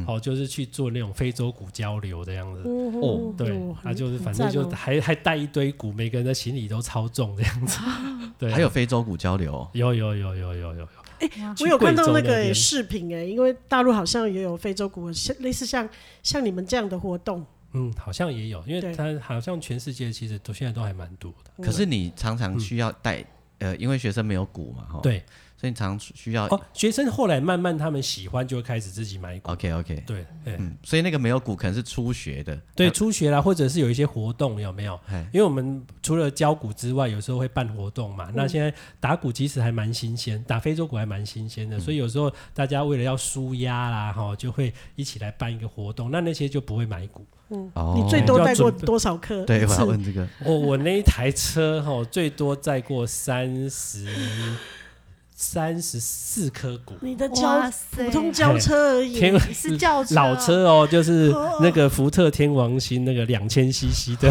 Speaker 4: 哦，就是去做那种非洲鼓交流这
Speaker 3: 嗯
Speaker 4: 样子。
Speaker 2: 哦
Speaker 4: 对，啊，就是反正
Speaker 3: 哦
Speaker 4: 就还还带一堆鼓，每个人的行李都超重 这样子。对，啊
Speaker 1: 还有非洲鼓交流哦、
Speaker 4: 有有有有有有，
Speaker 2: 我有看到那
Speaker 4: 去贵州
Speaker 2: 个
Speaker 4: 那
Speaker 2: 欸
Speaker 4: 边
Speaker 2: 视频哎，因为大陆好像也有非洲鼓，像类似像像你们这样的活动，
Speaker 4: 嗯，好像也有，因
Speaker 2: 对
Speaker 4: 为他好像全世界其实都现在都还蛮多的。
Speaker 1: 可是你常常需要带、呃，因为学生没有鼓嘛，哈，，
Speaker 4: 嗯对，
Speaker 1: 所以你常需要、
Speaker 4: 哦，学生后来慢慢他们喜欢，就会开始自己买鼓。
Speaker 1: OK OK，
Speaker 4: 对，对，
Speaker 1: 嗯，所以那个没有鼓可能是初学的，
Speaker 4: 对，
Speaker 1: 呃，
Speaker 4: 初学啦，或者是有一些活动，有没有？
Speaker 1: 哎，
Speaker 4: 因为我们除了教鼓之外，有时候会办活动嘛。那现在打鼓其实还蛮新鲜，打非洲鼓还蛮新鲜的，所以有时候大家为了要舒压啦，哈，就会一起来办一个活动。那那些就不会买鼓。
Speaker 1: 哦，
Speaker 2: 你最多带过
Speaker 4: 要准备
Speaker 2: 多少课？
Speaker 1: 对，我
Speaker 2: 次
Speaker 1: 要问这个，
Speaker 4: 我哦我那一台车哈， 最多载过三十三十四颗鼓。
Speaker 2: 你的
Speaker 3: 哇
Speaker 2: 交
Speaker 3: 塞
Speaker 2: 普通交车而已
Speaker 4: 天，
Speaker 3: 你是轿车哦
Speaker 4: 老车哦，就是那个福特天王星那个两千 CC 的，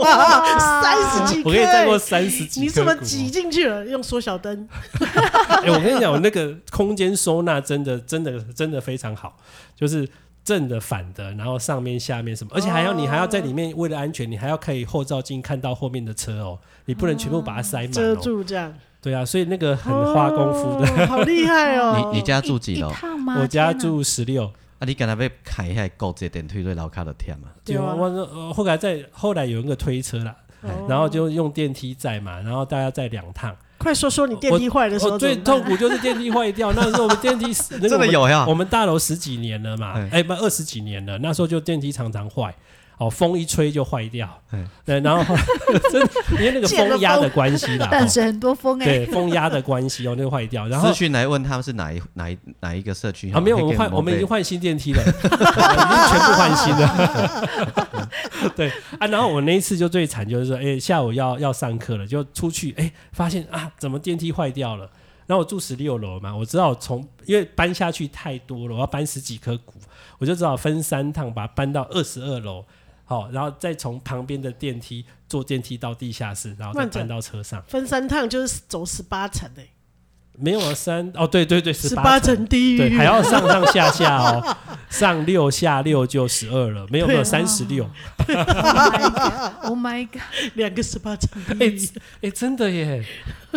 Speaker 2: 哇，三十几颗
Speaker 4: 我可以载过
Speaker 2: 欸，
Speaker 4: 三十几颗
Speaker 2: 你怎么
Speaker 4: 鼓哦
Speaker 2: 挤进去了？用缩小灯，
Speaker 4: 哎、我跟你讲，我那个空间收纳真的、真的、真的非常好，就是正的、反的，然后上面、下面什么，而且还要你还要在里面，为了安全，你还要可以后照镜看到后面的车哦，你不能全部把它塞满
Speaker 2: 啊遮
Speaker 4: 哦。
Speaker 2: 住这哦样，
Speaker 4: 对啊，所以那个很花功夫的。
Speaker 2: 的，好厉害哦！
Speaker 1: 你你家住几
Speaker 3: 一
Speaker 1: 楼？啊，
Speaker 3: 趟吗？
Speaker 4: 我家
Speaker 3: 天哪
Speaker 4: 住十六，
Speaker 1: 你刚才被开下够这电梯对楼卡都天嘛，
Speaker 2: 对
Speaker 4: 对
Speaker 2: 啊
Speaker 4: 啊，我呃后来在后来有一个推车啦，
Speaker 2: 哦
Speaker 4: 然后就用电梯载嘛，然后大家载两趟。
Speaker 2: 快说说你电梯坏的时
Speaker 4: 我
Speaker 2: 候怎
Speaker 4: 最
Speaker 2: 么办
Speaker 4: 痛苦就是电梯坏掉，那时候我们电梯 那
Speaker 1: 真
Speaker 4: 个我
Speaker 1: 的
Speaker 4: 们
Speaker 1: 有呀
Speaker 4: 我，们大楼十几年了嘛
Speaker 1: 啊哎，
Speaker 4: 哎不二十几年了，那时候就电梯常常坏，哦风一吹就坏掉
Speaker 1: 哎，
Speaker 4: 对，然后 真的因为那个
Speaker 2: 借个
Speaker 4: 风压
Speaker 2: 风
Speaker 4: 的关系 啦，
Speaker 3: 淡
Speaker 4: 哦
Speaker 3: 水很多风哎、
Speaker 4: 对风压的关系哦，那个坏掉，然后
Speaker 1: 资。讯来问他们是哪一哪一哪一个社区
Speaker 4: 啊，没有，我们换，我们已经，换新电梯了，我们 已经全部换新了。 对啊，然后我那一次就最惨，就是说，哎、下午要要上课了，就出去，哎、发现啊，怎么电梯坏掉了？然后我住十六楼嘛，我知道从因为搬下去太多了，我要搬十几颗骨，我就只好分三趟把它搬到二十二楼，好、然后再从旁边的电梯坐电梯到地下室，然后再
Speaker 2: 慢着
Speaker 4: 搬到车上。
Speaker 2: 分三趟就是走十八层诶，
Speaker 4: 没有啊，三哦，对对对，
Speaker 2: 十
Speaker 4: 八
Speaker 2: 八层地狱，
Speaker 4: 对，还要上上下下 哦，上六下六就十二了，没有没有三十六，
Speaker 3: o h Oh my god！
Speaker 2: 两个十八层地
Speaker 4: 哎
Speaker 2: 狱。
Speaker 4: 哎，真的耶，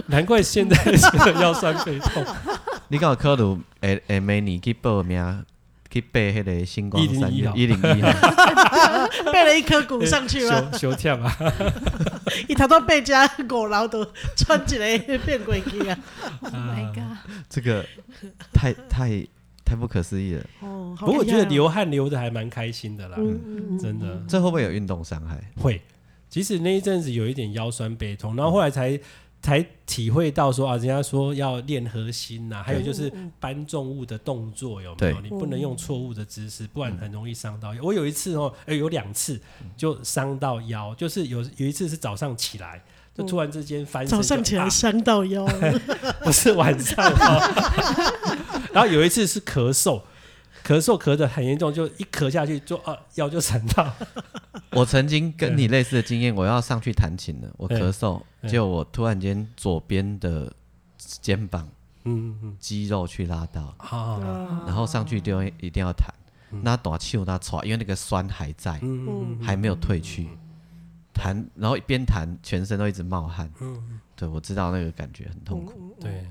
Speaker 4: 难怪现在真的腰酸背痛，
Speaker 1: 你敢有考虑诶诶，每年去报名去背迄个星光三
Speaker 4: 101
Speaker 1: 一零一号，
Speaker 2: 背了一颗鼓上去吗？
Speaker 4: 休休跳啊，
Speaker 2: 伊头都背遮五楼都穿一个变鬼去啊！
Speaker 3: Oh my god！
Speaker 1: 这个太太太不可思议了。
Speaker 2: 哦，好
Speaker 4: 不过我
Speaker 2: 厉
Speaker 4: 觉得
Speaker 2: 害哦，
Speaker 4: 流汗流的还蛮开心的啦，
Speaker 2: 嗯嗯嗯
Speaker 4: 真的
Speaker 1: 这会不会有运动伤害？
Speaker 4: 会。其实那一阵子有一点腰酸背痛，然后后来才才体会到说啊，人家说要练核心啊呐、还有就是
Speaker 2: 嗯嗯
Speaker 4: 搬重物的动作有没
Speaker 1: 对
Speaker 4: 有？你不能用错误的姿势，不然很容易伤到腰。我有一次哦，哎、有两次就伤到腰，就是有有一次是早上起来，就突然之间翻身
Speaker 2: 嗯
Speaker 4: 就，
Speaker 2: 早上起
Speaker 4: 啊
Speaker 2: 来伤到腰，
Speaker 4: 不是晚上哦。 然后有一次是咳嗽，咳嗽咳得很严重，就一咳下去就啊腰就闪到，
Speaker 1: 我曾经跟你类似的经验，我要上去弹琴了，我咳嗽，
Speaker 4: 嗯
Speaker 1: 结果我突然间左边的肩膀
Speaker 4: 嗯嗯
Speaker 1: 肌肉去拉到，
Speaker 4: 啊，
Speaker 1: 然后上去就一定要弹，那短气那喘，因为那个酸还在，
Speaker 4: 嗯
Speaker 1: 还没有退去，弹，然后边弹全身都一直冒汗，对我知道那个感觉很痛苦。
Speaker 4: 嗯，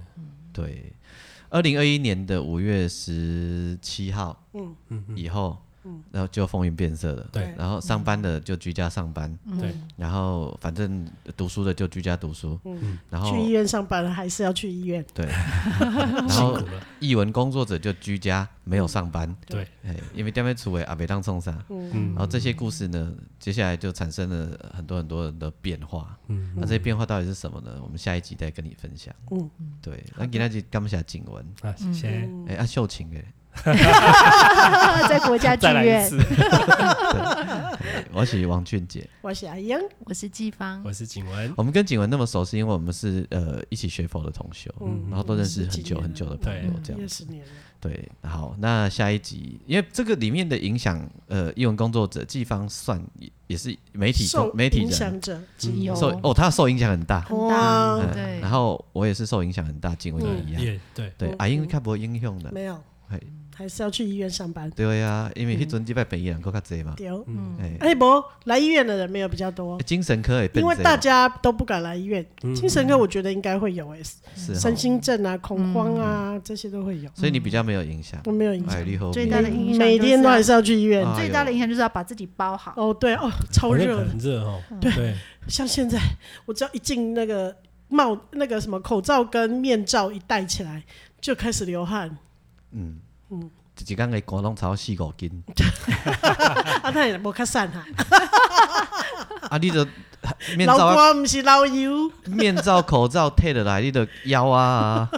Speaker 4: 对，
Speaker 1: 对，二零二一年的五月十七号，
Speaker 2: 嗯
Speaker 1: 以后，
Speaker 4: 嗯
Speaker 1: 然后就风云变色了。
Speaker 4: 对
Speaker 1: 然后上班的就居家上班，
Speaker 2: 嗯
Speaker 4: 对，
Speaker 1: 然后反正读书的就居家读书，然后
Speaker 2: 去医院上班了还是要去医院，
Speaker 1: 对，然
Speaker 4: 辛
Speaker 1: 后
Speaker 4: 苦了，
Speaker 1: 译文工作者就居家没有上班，
Speaker 4: 对，
Speaker 1: 哎，因为掉面出尾阿北当冲上，
Speaker 4: 嗯
Speaker 1: 然后这些故事呢，接下来就产生了很多很多的变化。
Speaker 4: 嗯
Speaker 1: 那这些变化到底是什么呢？我们下一集再跟你分享。
Speaker 2: 嗯，
Speaker 1: 对，那今天就感谢景文，
Speaker 4: 啊，谢谢，
Speaker 1: 哎，啊，秀琴哎。
Speaker 3: 在国家剧
Speaker 4: 再来一
Speaker 3: 院，
Speaker 4: 次，
Speaker 1: 对我是王俊杰。
Speaker 2: 我哎是阿英，
Speaker 3: 我是季芳，
Speaker 4: 我是景文，
Speaker 1: 我们跟景文那么熟，是因为我们是呃一起学佛的同修，然后都认识很久很久的朋友
Speaker 4: 对
Speaker 1: 这样
Speaker 2: 二
Speaker 1: 子。
Speaker 2: 十年了，
Speaker 1: 对，好，那下一集，因为这个里面的影响，呃，译文工作者季芳算也也是媒体
Speaker 2: 受
Speaker 1: 媒体
Speaker 2: 影
Speaker 1: 人
Speaker 2: 响者
Speaker 3: 是有
Speaker 1: 受哦，他受影响很大，
Speaker 3: 很
Speaker 2: 哇
Speaker 3: 大，
Speaker 1: 嗯
Speaker 3: 对
Speaker 1: 然，后我也是受影响很大，景文也一样。
Speaker 4: 也对，
Speaker 1: 对，阿英看不会英雄的，
Speaker 2: 没有
Speaker 1: 嘿，
Speaker 2: 还是要去医院上班，
Speaker 1: 对啊，因为迄阵几百本人够较济嘛，
Speaker 2: 丢。
Speaker 3: 嗯
Speaker 1: 哎，
Speaker 2: 哎不，来医院的人没有比较多，
Speaker 1: 精神科
Speaker 4: 哎
Speaker 1: 也变
Speaker 2: 因为
Speaker 1: 济
Speaker 2: 大
Speaker 1: 嘛
Speaker 2: 家都不敢来医院。
Speaker 4: 嗯
Speaker 2: 精神科我觉得应该会有哎，
Speaker 1: 是
Speaker 2: 身
Speaker 1: 哦，
Speaker 2: 心症啊、恐慌
Speaker 4: 嗯
Speaker 2: 啊这些都会有，
Speaker 1: 所以你比较没有影响
Speaker 2: 我，没有影响
Speaker 1: 哎，。你好
Speaker 3: 最
Speaker 1: 命
Speaker 3: 大的影响
Speaker 2: 每天都还是要去医院。
Speaker 1: 啊
Speaker 3: 最大的影响就是要把自己包好，
Speaker 2: 哦，对哦，超
Speaker 4: 反正
Speaker 2: 热的，嗯
Speaker 4: 很热哦，
Speaker 2: 对
Speaker 4: 对，
Speaker 2: 像现在我只要一进那个帽那个什么口罩跟面罩一戴起来，就开始流汗。
Speaker 1: 嗯，一工个广东炒四五斤，
Speaker 2: 啊，那也无较散哈，
Speaker 1: 啊，你就面
Speaker 2: 老
Speaker 1: 罩啊、
Speaker 2: 瓜不是老油，
Speaker 1: 面罩、口罩退落来，你就腰啊，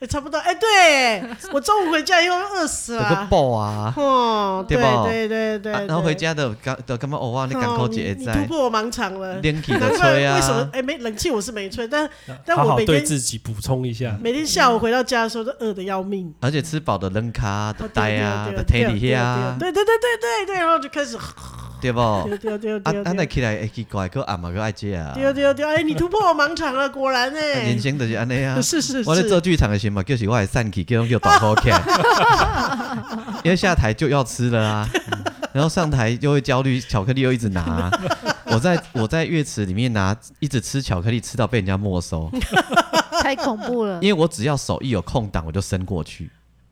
Speaker 2: 也差不多。哎，对我中午回家以后饿死
Speaker 1: 有
Speaker 2: 了
Speaker 1: 个
Speaker 2: 啊。
Speaker 1: 布啊，
Speaker 2: 哦，对
Speaker 1: 对吧
Speaker 2: 对对对
Speaker 1: 啊
Speaker 2: 对，
Speaker 1: 然后回家就感就感觉哦哇，你港口姐
Speaker 2: 哦你你
Speaker 1: 会
Speaker 2: 突
Speaker 1: 在，
Speaker 2: 破我盲场了。
Speaker 1: 冷气
Speaker 2: 难怪
Speaker 1: 就吹
Speaker 2: 为什么
Speaker 1: 啊？，
Speaker 2: 哎，没冷气我是没吹，但 但
Speaker 4: 好
Speaker 2: 我
Speaker 4: 好
Speaker 2: 每
Speaker 4: 对
Speaker 2: 天嗯
Speaker 4: 自己补充一下，
Speaker 2: 每天下午回到家的时候都饿得要命。
Speaker 1: 而且吃饱的扔卡
Speaker 2: 哦
Speaker 1: 的呆啊，
Speaker 2: 对
Speaker 1: 的
Speaker 2: 对
Speaker 1: 体
Speaker 2: 对
Speaker 1: 里遐啊，
Speaker 2: 对对对对对对，然后就开始
Speaker 1: 对不？啊
Speaker 2: 丢丢丢
Speaker 1: 啊，
Speaker 2: 丢
Speaker 1: 那
Speaker 2: 丢
Speaker 1: 起来会奇怪，个阿妈个爱食啊，
Speaker 2: 丢丢丢，哎，你突破我盲场了，果然
Speaker 1: 啊
Speaker 2: 哎。
Speaker 1: 人，生就是安尼啊
Speaker 2: 是是
Speaker 1: 我在做
Speaker 2: 是，
Speaker 1: 剧场的时候嘛，就是我的散去，叫人叫大好看， 因为下台就要吃了啊，然后上台就会焦虑，巧克力又一直拿啊、我在我在乐池里面拿，一直吃巧克力，吃到被人家没收，
Speaker 3: 太恐怖了
Speaker 1: 因。为我只要手一有空档，我就伸过去，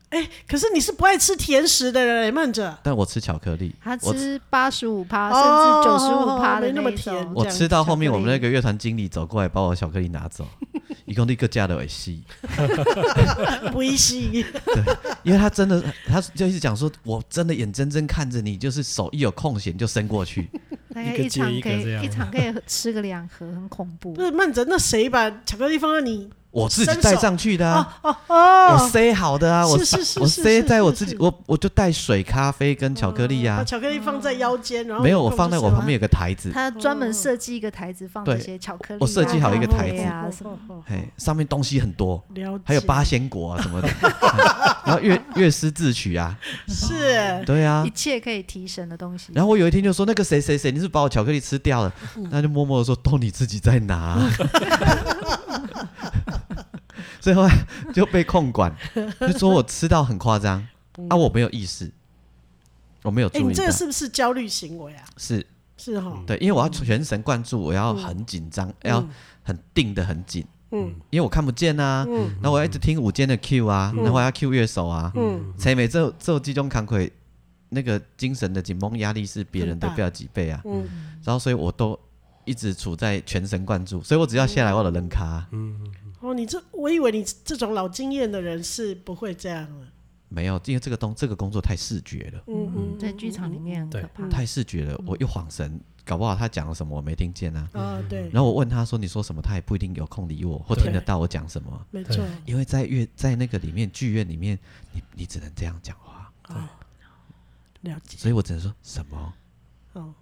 Speaker 2: 哎，可是你是不爱吃甜食的人，哎慢着，
Speaker 1: 但我吃巧克力，
Speaker 3: 他
Speaker 1: 我
Speaker 3: 吃八十五趴，甚
Speaker 2: 哦
Speaker 3: 至九十五趴的
Speaker 2: 没那么
Speaker 3: 一种
Speaker 2: 甜
Speaker 1: 我
Speaker 2: 这样
Speaker 1: 吃到后面，
Speaker 3: 巧克
Speaker 1: 我
Speaker 3: 力
Speaker 1: 们那个乐团经理走过来把我巧克力拿走，一共立刻加了尾西，
Speaker 2: 不依稀，
Speaker 1: 因为他真的，他就一直讲说，我真的眼睁睁看着你，就是手一有空闲就伸过去。
Speaker 3: 大概
Speaker 4: 一个接
Speaker 3: 场
Speaker 4: 一
Speaker 3: 可
Speaker 4: 个这
Speaker 3: 以
Speaker 4: 样
Speaker 3: 一场可以吃个两盒，很恐怖
Speaker 2: 不。是慢着，那谁把巧克力放到你？
Speaker 1: 我自己带上去的、啊，
Speaker 2: 哦哦
Speaker 1: 我，塞好的啊，我
Speaker 2: 是是是
Speaker 1: 我
Speaker 2: 是
Speaker 1: 塞
Speaker 2: 是
Speaker 1: 在我
Speaker 2: 是
Speaker 1: 自己，
Speaker 2: 是
Speaker 1: 我我就带水、咖啡跟巧克力
Speaker 2: 把
Speaker 1: 啊，
Speaker 2: 巧克力放在腰间，然后
Speaker 1: 没有，
Speaker 2: 你
Speaker 1: 我
Speaker 2: 控
Speaker 1: 放
Speaker 2: 制
Speaker 1: 在我
Speaker 2: 什么
Speaker 1: 旁边有个台子，
Speaker 3: 他专门设计一个台子放这些巧克力啊，
Speaker 1: 我设计好一个台子
Speaker 3: 啊什么。
Speaker 4: 哦
Speaker 2: 么
Speaker 1: 嘿，上面东西很多，
Speaker 2: 了解，
Speaker 1: 还有八仙果啊什么的， 然后乐乐师自取啊，
Speaker 2: 是
Speaker 1: 对啊
Speaker 4: 哦
Speaker 3: 一。切可以提神的东西。
Speaker 1: 然后我有一天就说那个谁谁谁，你是不是把我巧克力吃掉了？
Speaker 2: 嗯
Speaker 1: 他就默默的说都你自己在拿 啊、所以后来 就被控管，就说我吃到很夸张啊，我没有意识，我没有
Speaker 2: 嗯哎，
Speaker 1: 注
Speaker 2: 你
Speaker 1: 意到
Speaker 2: 这个，是不是焦虑行为啊？
Speaker 1: 是
Speaker 2: 是哈，
Speaker 1: 对，因为我要全神贯注，我要很紧张，要很定的很紧，
Speaker 2: 嗯
Speaker 1: 因为我看不见啊。
Speaker 2: 嗯
Speaker 1: 然后我要一直听午间的 Q 啊，然后我要 Q 乐手啊。
Speaker 2: 嗯，
Speaker 1: 才没这这集中扛魁，那个精神的紧绷压力是别人的不要几倍啊。
Speaker 2: 嗯
Speaker 1: 然后所以我都一直处在全神贯注，所以我只要下来我的人卡，
Speaker 2: 嗯哦，你这我以为你这种老经验的人是不会这样的，
Speaker 1: 没有，因为这个东这个工作太视觉了，
Speaker 2: 嗯嗯，
Speaker 3: 在剧场里面很
Speaker 4: 对
Speaker 3: 可怕。
Speaker 1: 太视觉了，我又晃神，搞不好他讲了什么我没听见啊。
Speaker 2: 啊，对，
Speaker 1: 然后我问他说：“你说什么？”他也不一定有空理我，或
Speaker 4: 对
Speaker 1: 听得到我讲什么。
Speaker 2: 没错，
Speaker 1: 因为在乐在那个里面剧院里面，你你只能这样讲话，
Speaker 2: 啊，了解，
Speaker 1: 所以我只能说什么，
Speaker 2: 哦，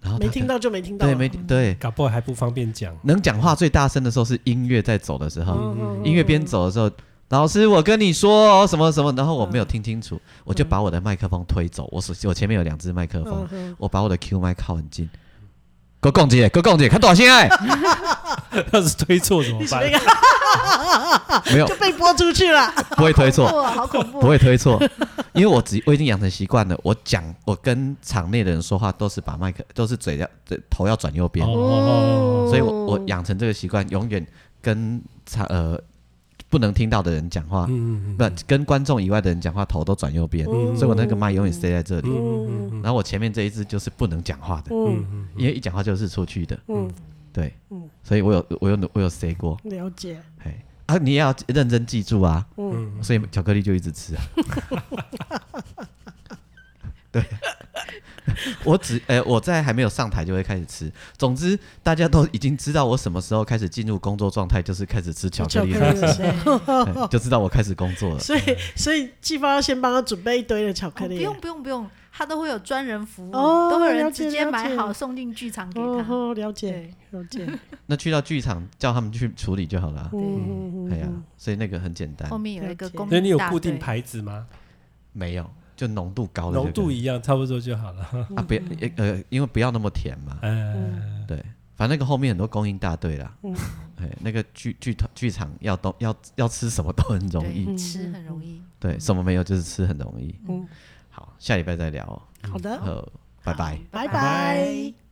Speaker 1: 然后他
Speaker 2: 没听
Speaker 1: 可
Speaker 2: 到就没听到，啊嗯
Speaker 1: 对没听对，
Speaker 4: 搞不好还不方便讲。
Speaker 1: 能讲话最大声的时候是音乐在走的时候，
Speaker 2: 嗯
Speaker 1: 音乐边走的时候，老师我跟你说、哦、什么什么，然后我没有听清
Speaker 2: 嗯
Speaker 1: 楚，我就把我的麦克风推走，我手我前面有两只麦克风，
Speaker 2: 嗯
Speaker 1: 我把我的 Q 麦靠很近。哥共姐，哥共姐，看多少心哎，
Speaker 4: 要是推错怎么
Speaker 2: 你是
Speaker 4: 办
Speaker 2: 那？个
Speaker 1: 没 有
Speaker 2: 就被播出去了，
Speaker 1: 不会推错，
Speaker 3: 哇，好恐怖！
Speaker 1: 不会推错，因为我只我已经养成习惯了，我讲我跟场内的人说话都是把麦克都是嘴要嘴头要转右边，
Speaker 4: 哦哦
Speaker 1: 所以我我养成这个习惯，永远跟场呃不能听到的人讲话，
Speaker 4: 嗯嗯
Speaker 1: 不跟观众以外的人讲话，头都转右边，
Speaker 2: 嗯
Speaker 1: 所以我那个麦永远塞在这里。
Speaker 2: 嗯
Speaker 1: 然后我前面这一只就是不能讲话的，
Speaker 2: 嗯
Speaker 4: 嗯
Speaker 1: 因为一讲话就是出去的，
Speaker 2: 嗯，
Speaker 1: 对
Speaker 2: 嗯，
Speaker 1: 所以我有我有我有塞过，
Speaker 2: 了解，
Speaker 1: 哎啊，你也要认真记住啊，
Speaker 2: 嗯
Speaker 1: 所以巧克力就一直吃啊。 对， 我只呃，我在还没有上台就会开始吃。总之，大家都已经知道我什么时候开始进入工作状态，就是开始吃巧克力
Speaker 2: 巧克
Speaker 1: 了，
Speaker 2: 力的时候
Speaker 1: 哎就知道我开始工作了。
Speaker 2: 所以所以季芳要先帮他准备一堆的巧
Speaker 3: 哦
Speaker 2: 克
Speaker 3: 不
Speaker 2: 力，
Speaker 3: 用不用不用，他都会有专人服务，
Speaker 2: 哦
Speaker 3: 都会有
Speaker 2: 了
Speaker 3: 人
Speaker 2: 解
Speaker 3: 直接
Speaker 2: 了
Speaker 3: 买
Speaker 2: 解
Speaker 3: 好送进剧场给
Speaker 2: 哦
Speaker 3: 他。
Speaker 2: 哦，了解
Speaker 3: 对
Speaker 2: 了解，
Speaker 1: 那去到剧场叫他们去处理就好了啊、
Speaker 2: 嗯
Speaker 1: 哎呀，所以那个很简单
Speaker 3: 后，面有
Speaker 2: 了
Speaker 3: 一个
Speaker 2: 解
Speaker 3: 公，
Speaker 4: 所以你有固定，牌子吗？
Speaker 1: 没有就浓度高的就
Speaker 4: 浓度
Speaker 1: 可以
Speaker 4: 一样，差不多就好了。
Speaker 1: 啊，不要呃，因为不要那么甜嘛。
Speaker 4: 嗯，
Speaker 1: 对，反正那个后面很多供应大队啦，
Speaker 2: 嗯
Speaker 1: 哎，那个剧剧团剧场要都要要吃什么都很容易，
Speaker 3: 对，
Speaker 2: 嗯
Speaker 3: 吃
Speaker 2: 嗯
Speaker 3: 很容易。
Speaker 1: 对，什么没有就是吃很容易。
Speaker 2: 嗯，
Speaker 1: 好，下礼拜再聊哦，
Speaker 2: 好的，
Speaker 1: 呃，拜拜。
Speaker 2: 拜
Speaker 3: 拜
Speaker 2: 拜。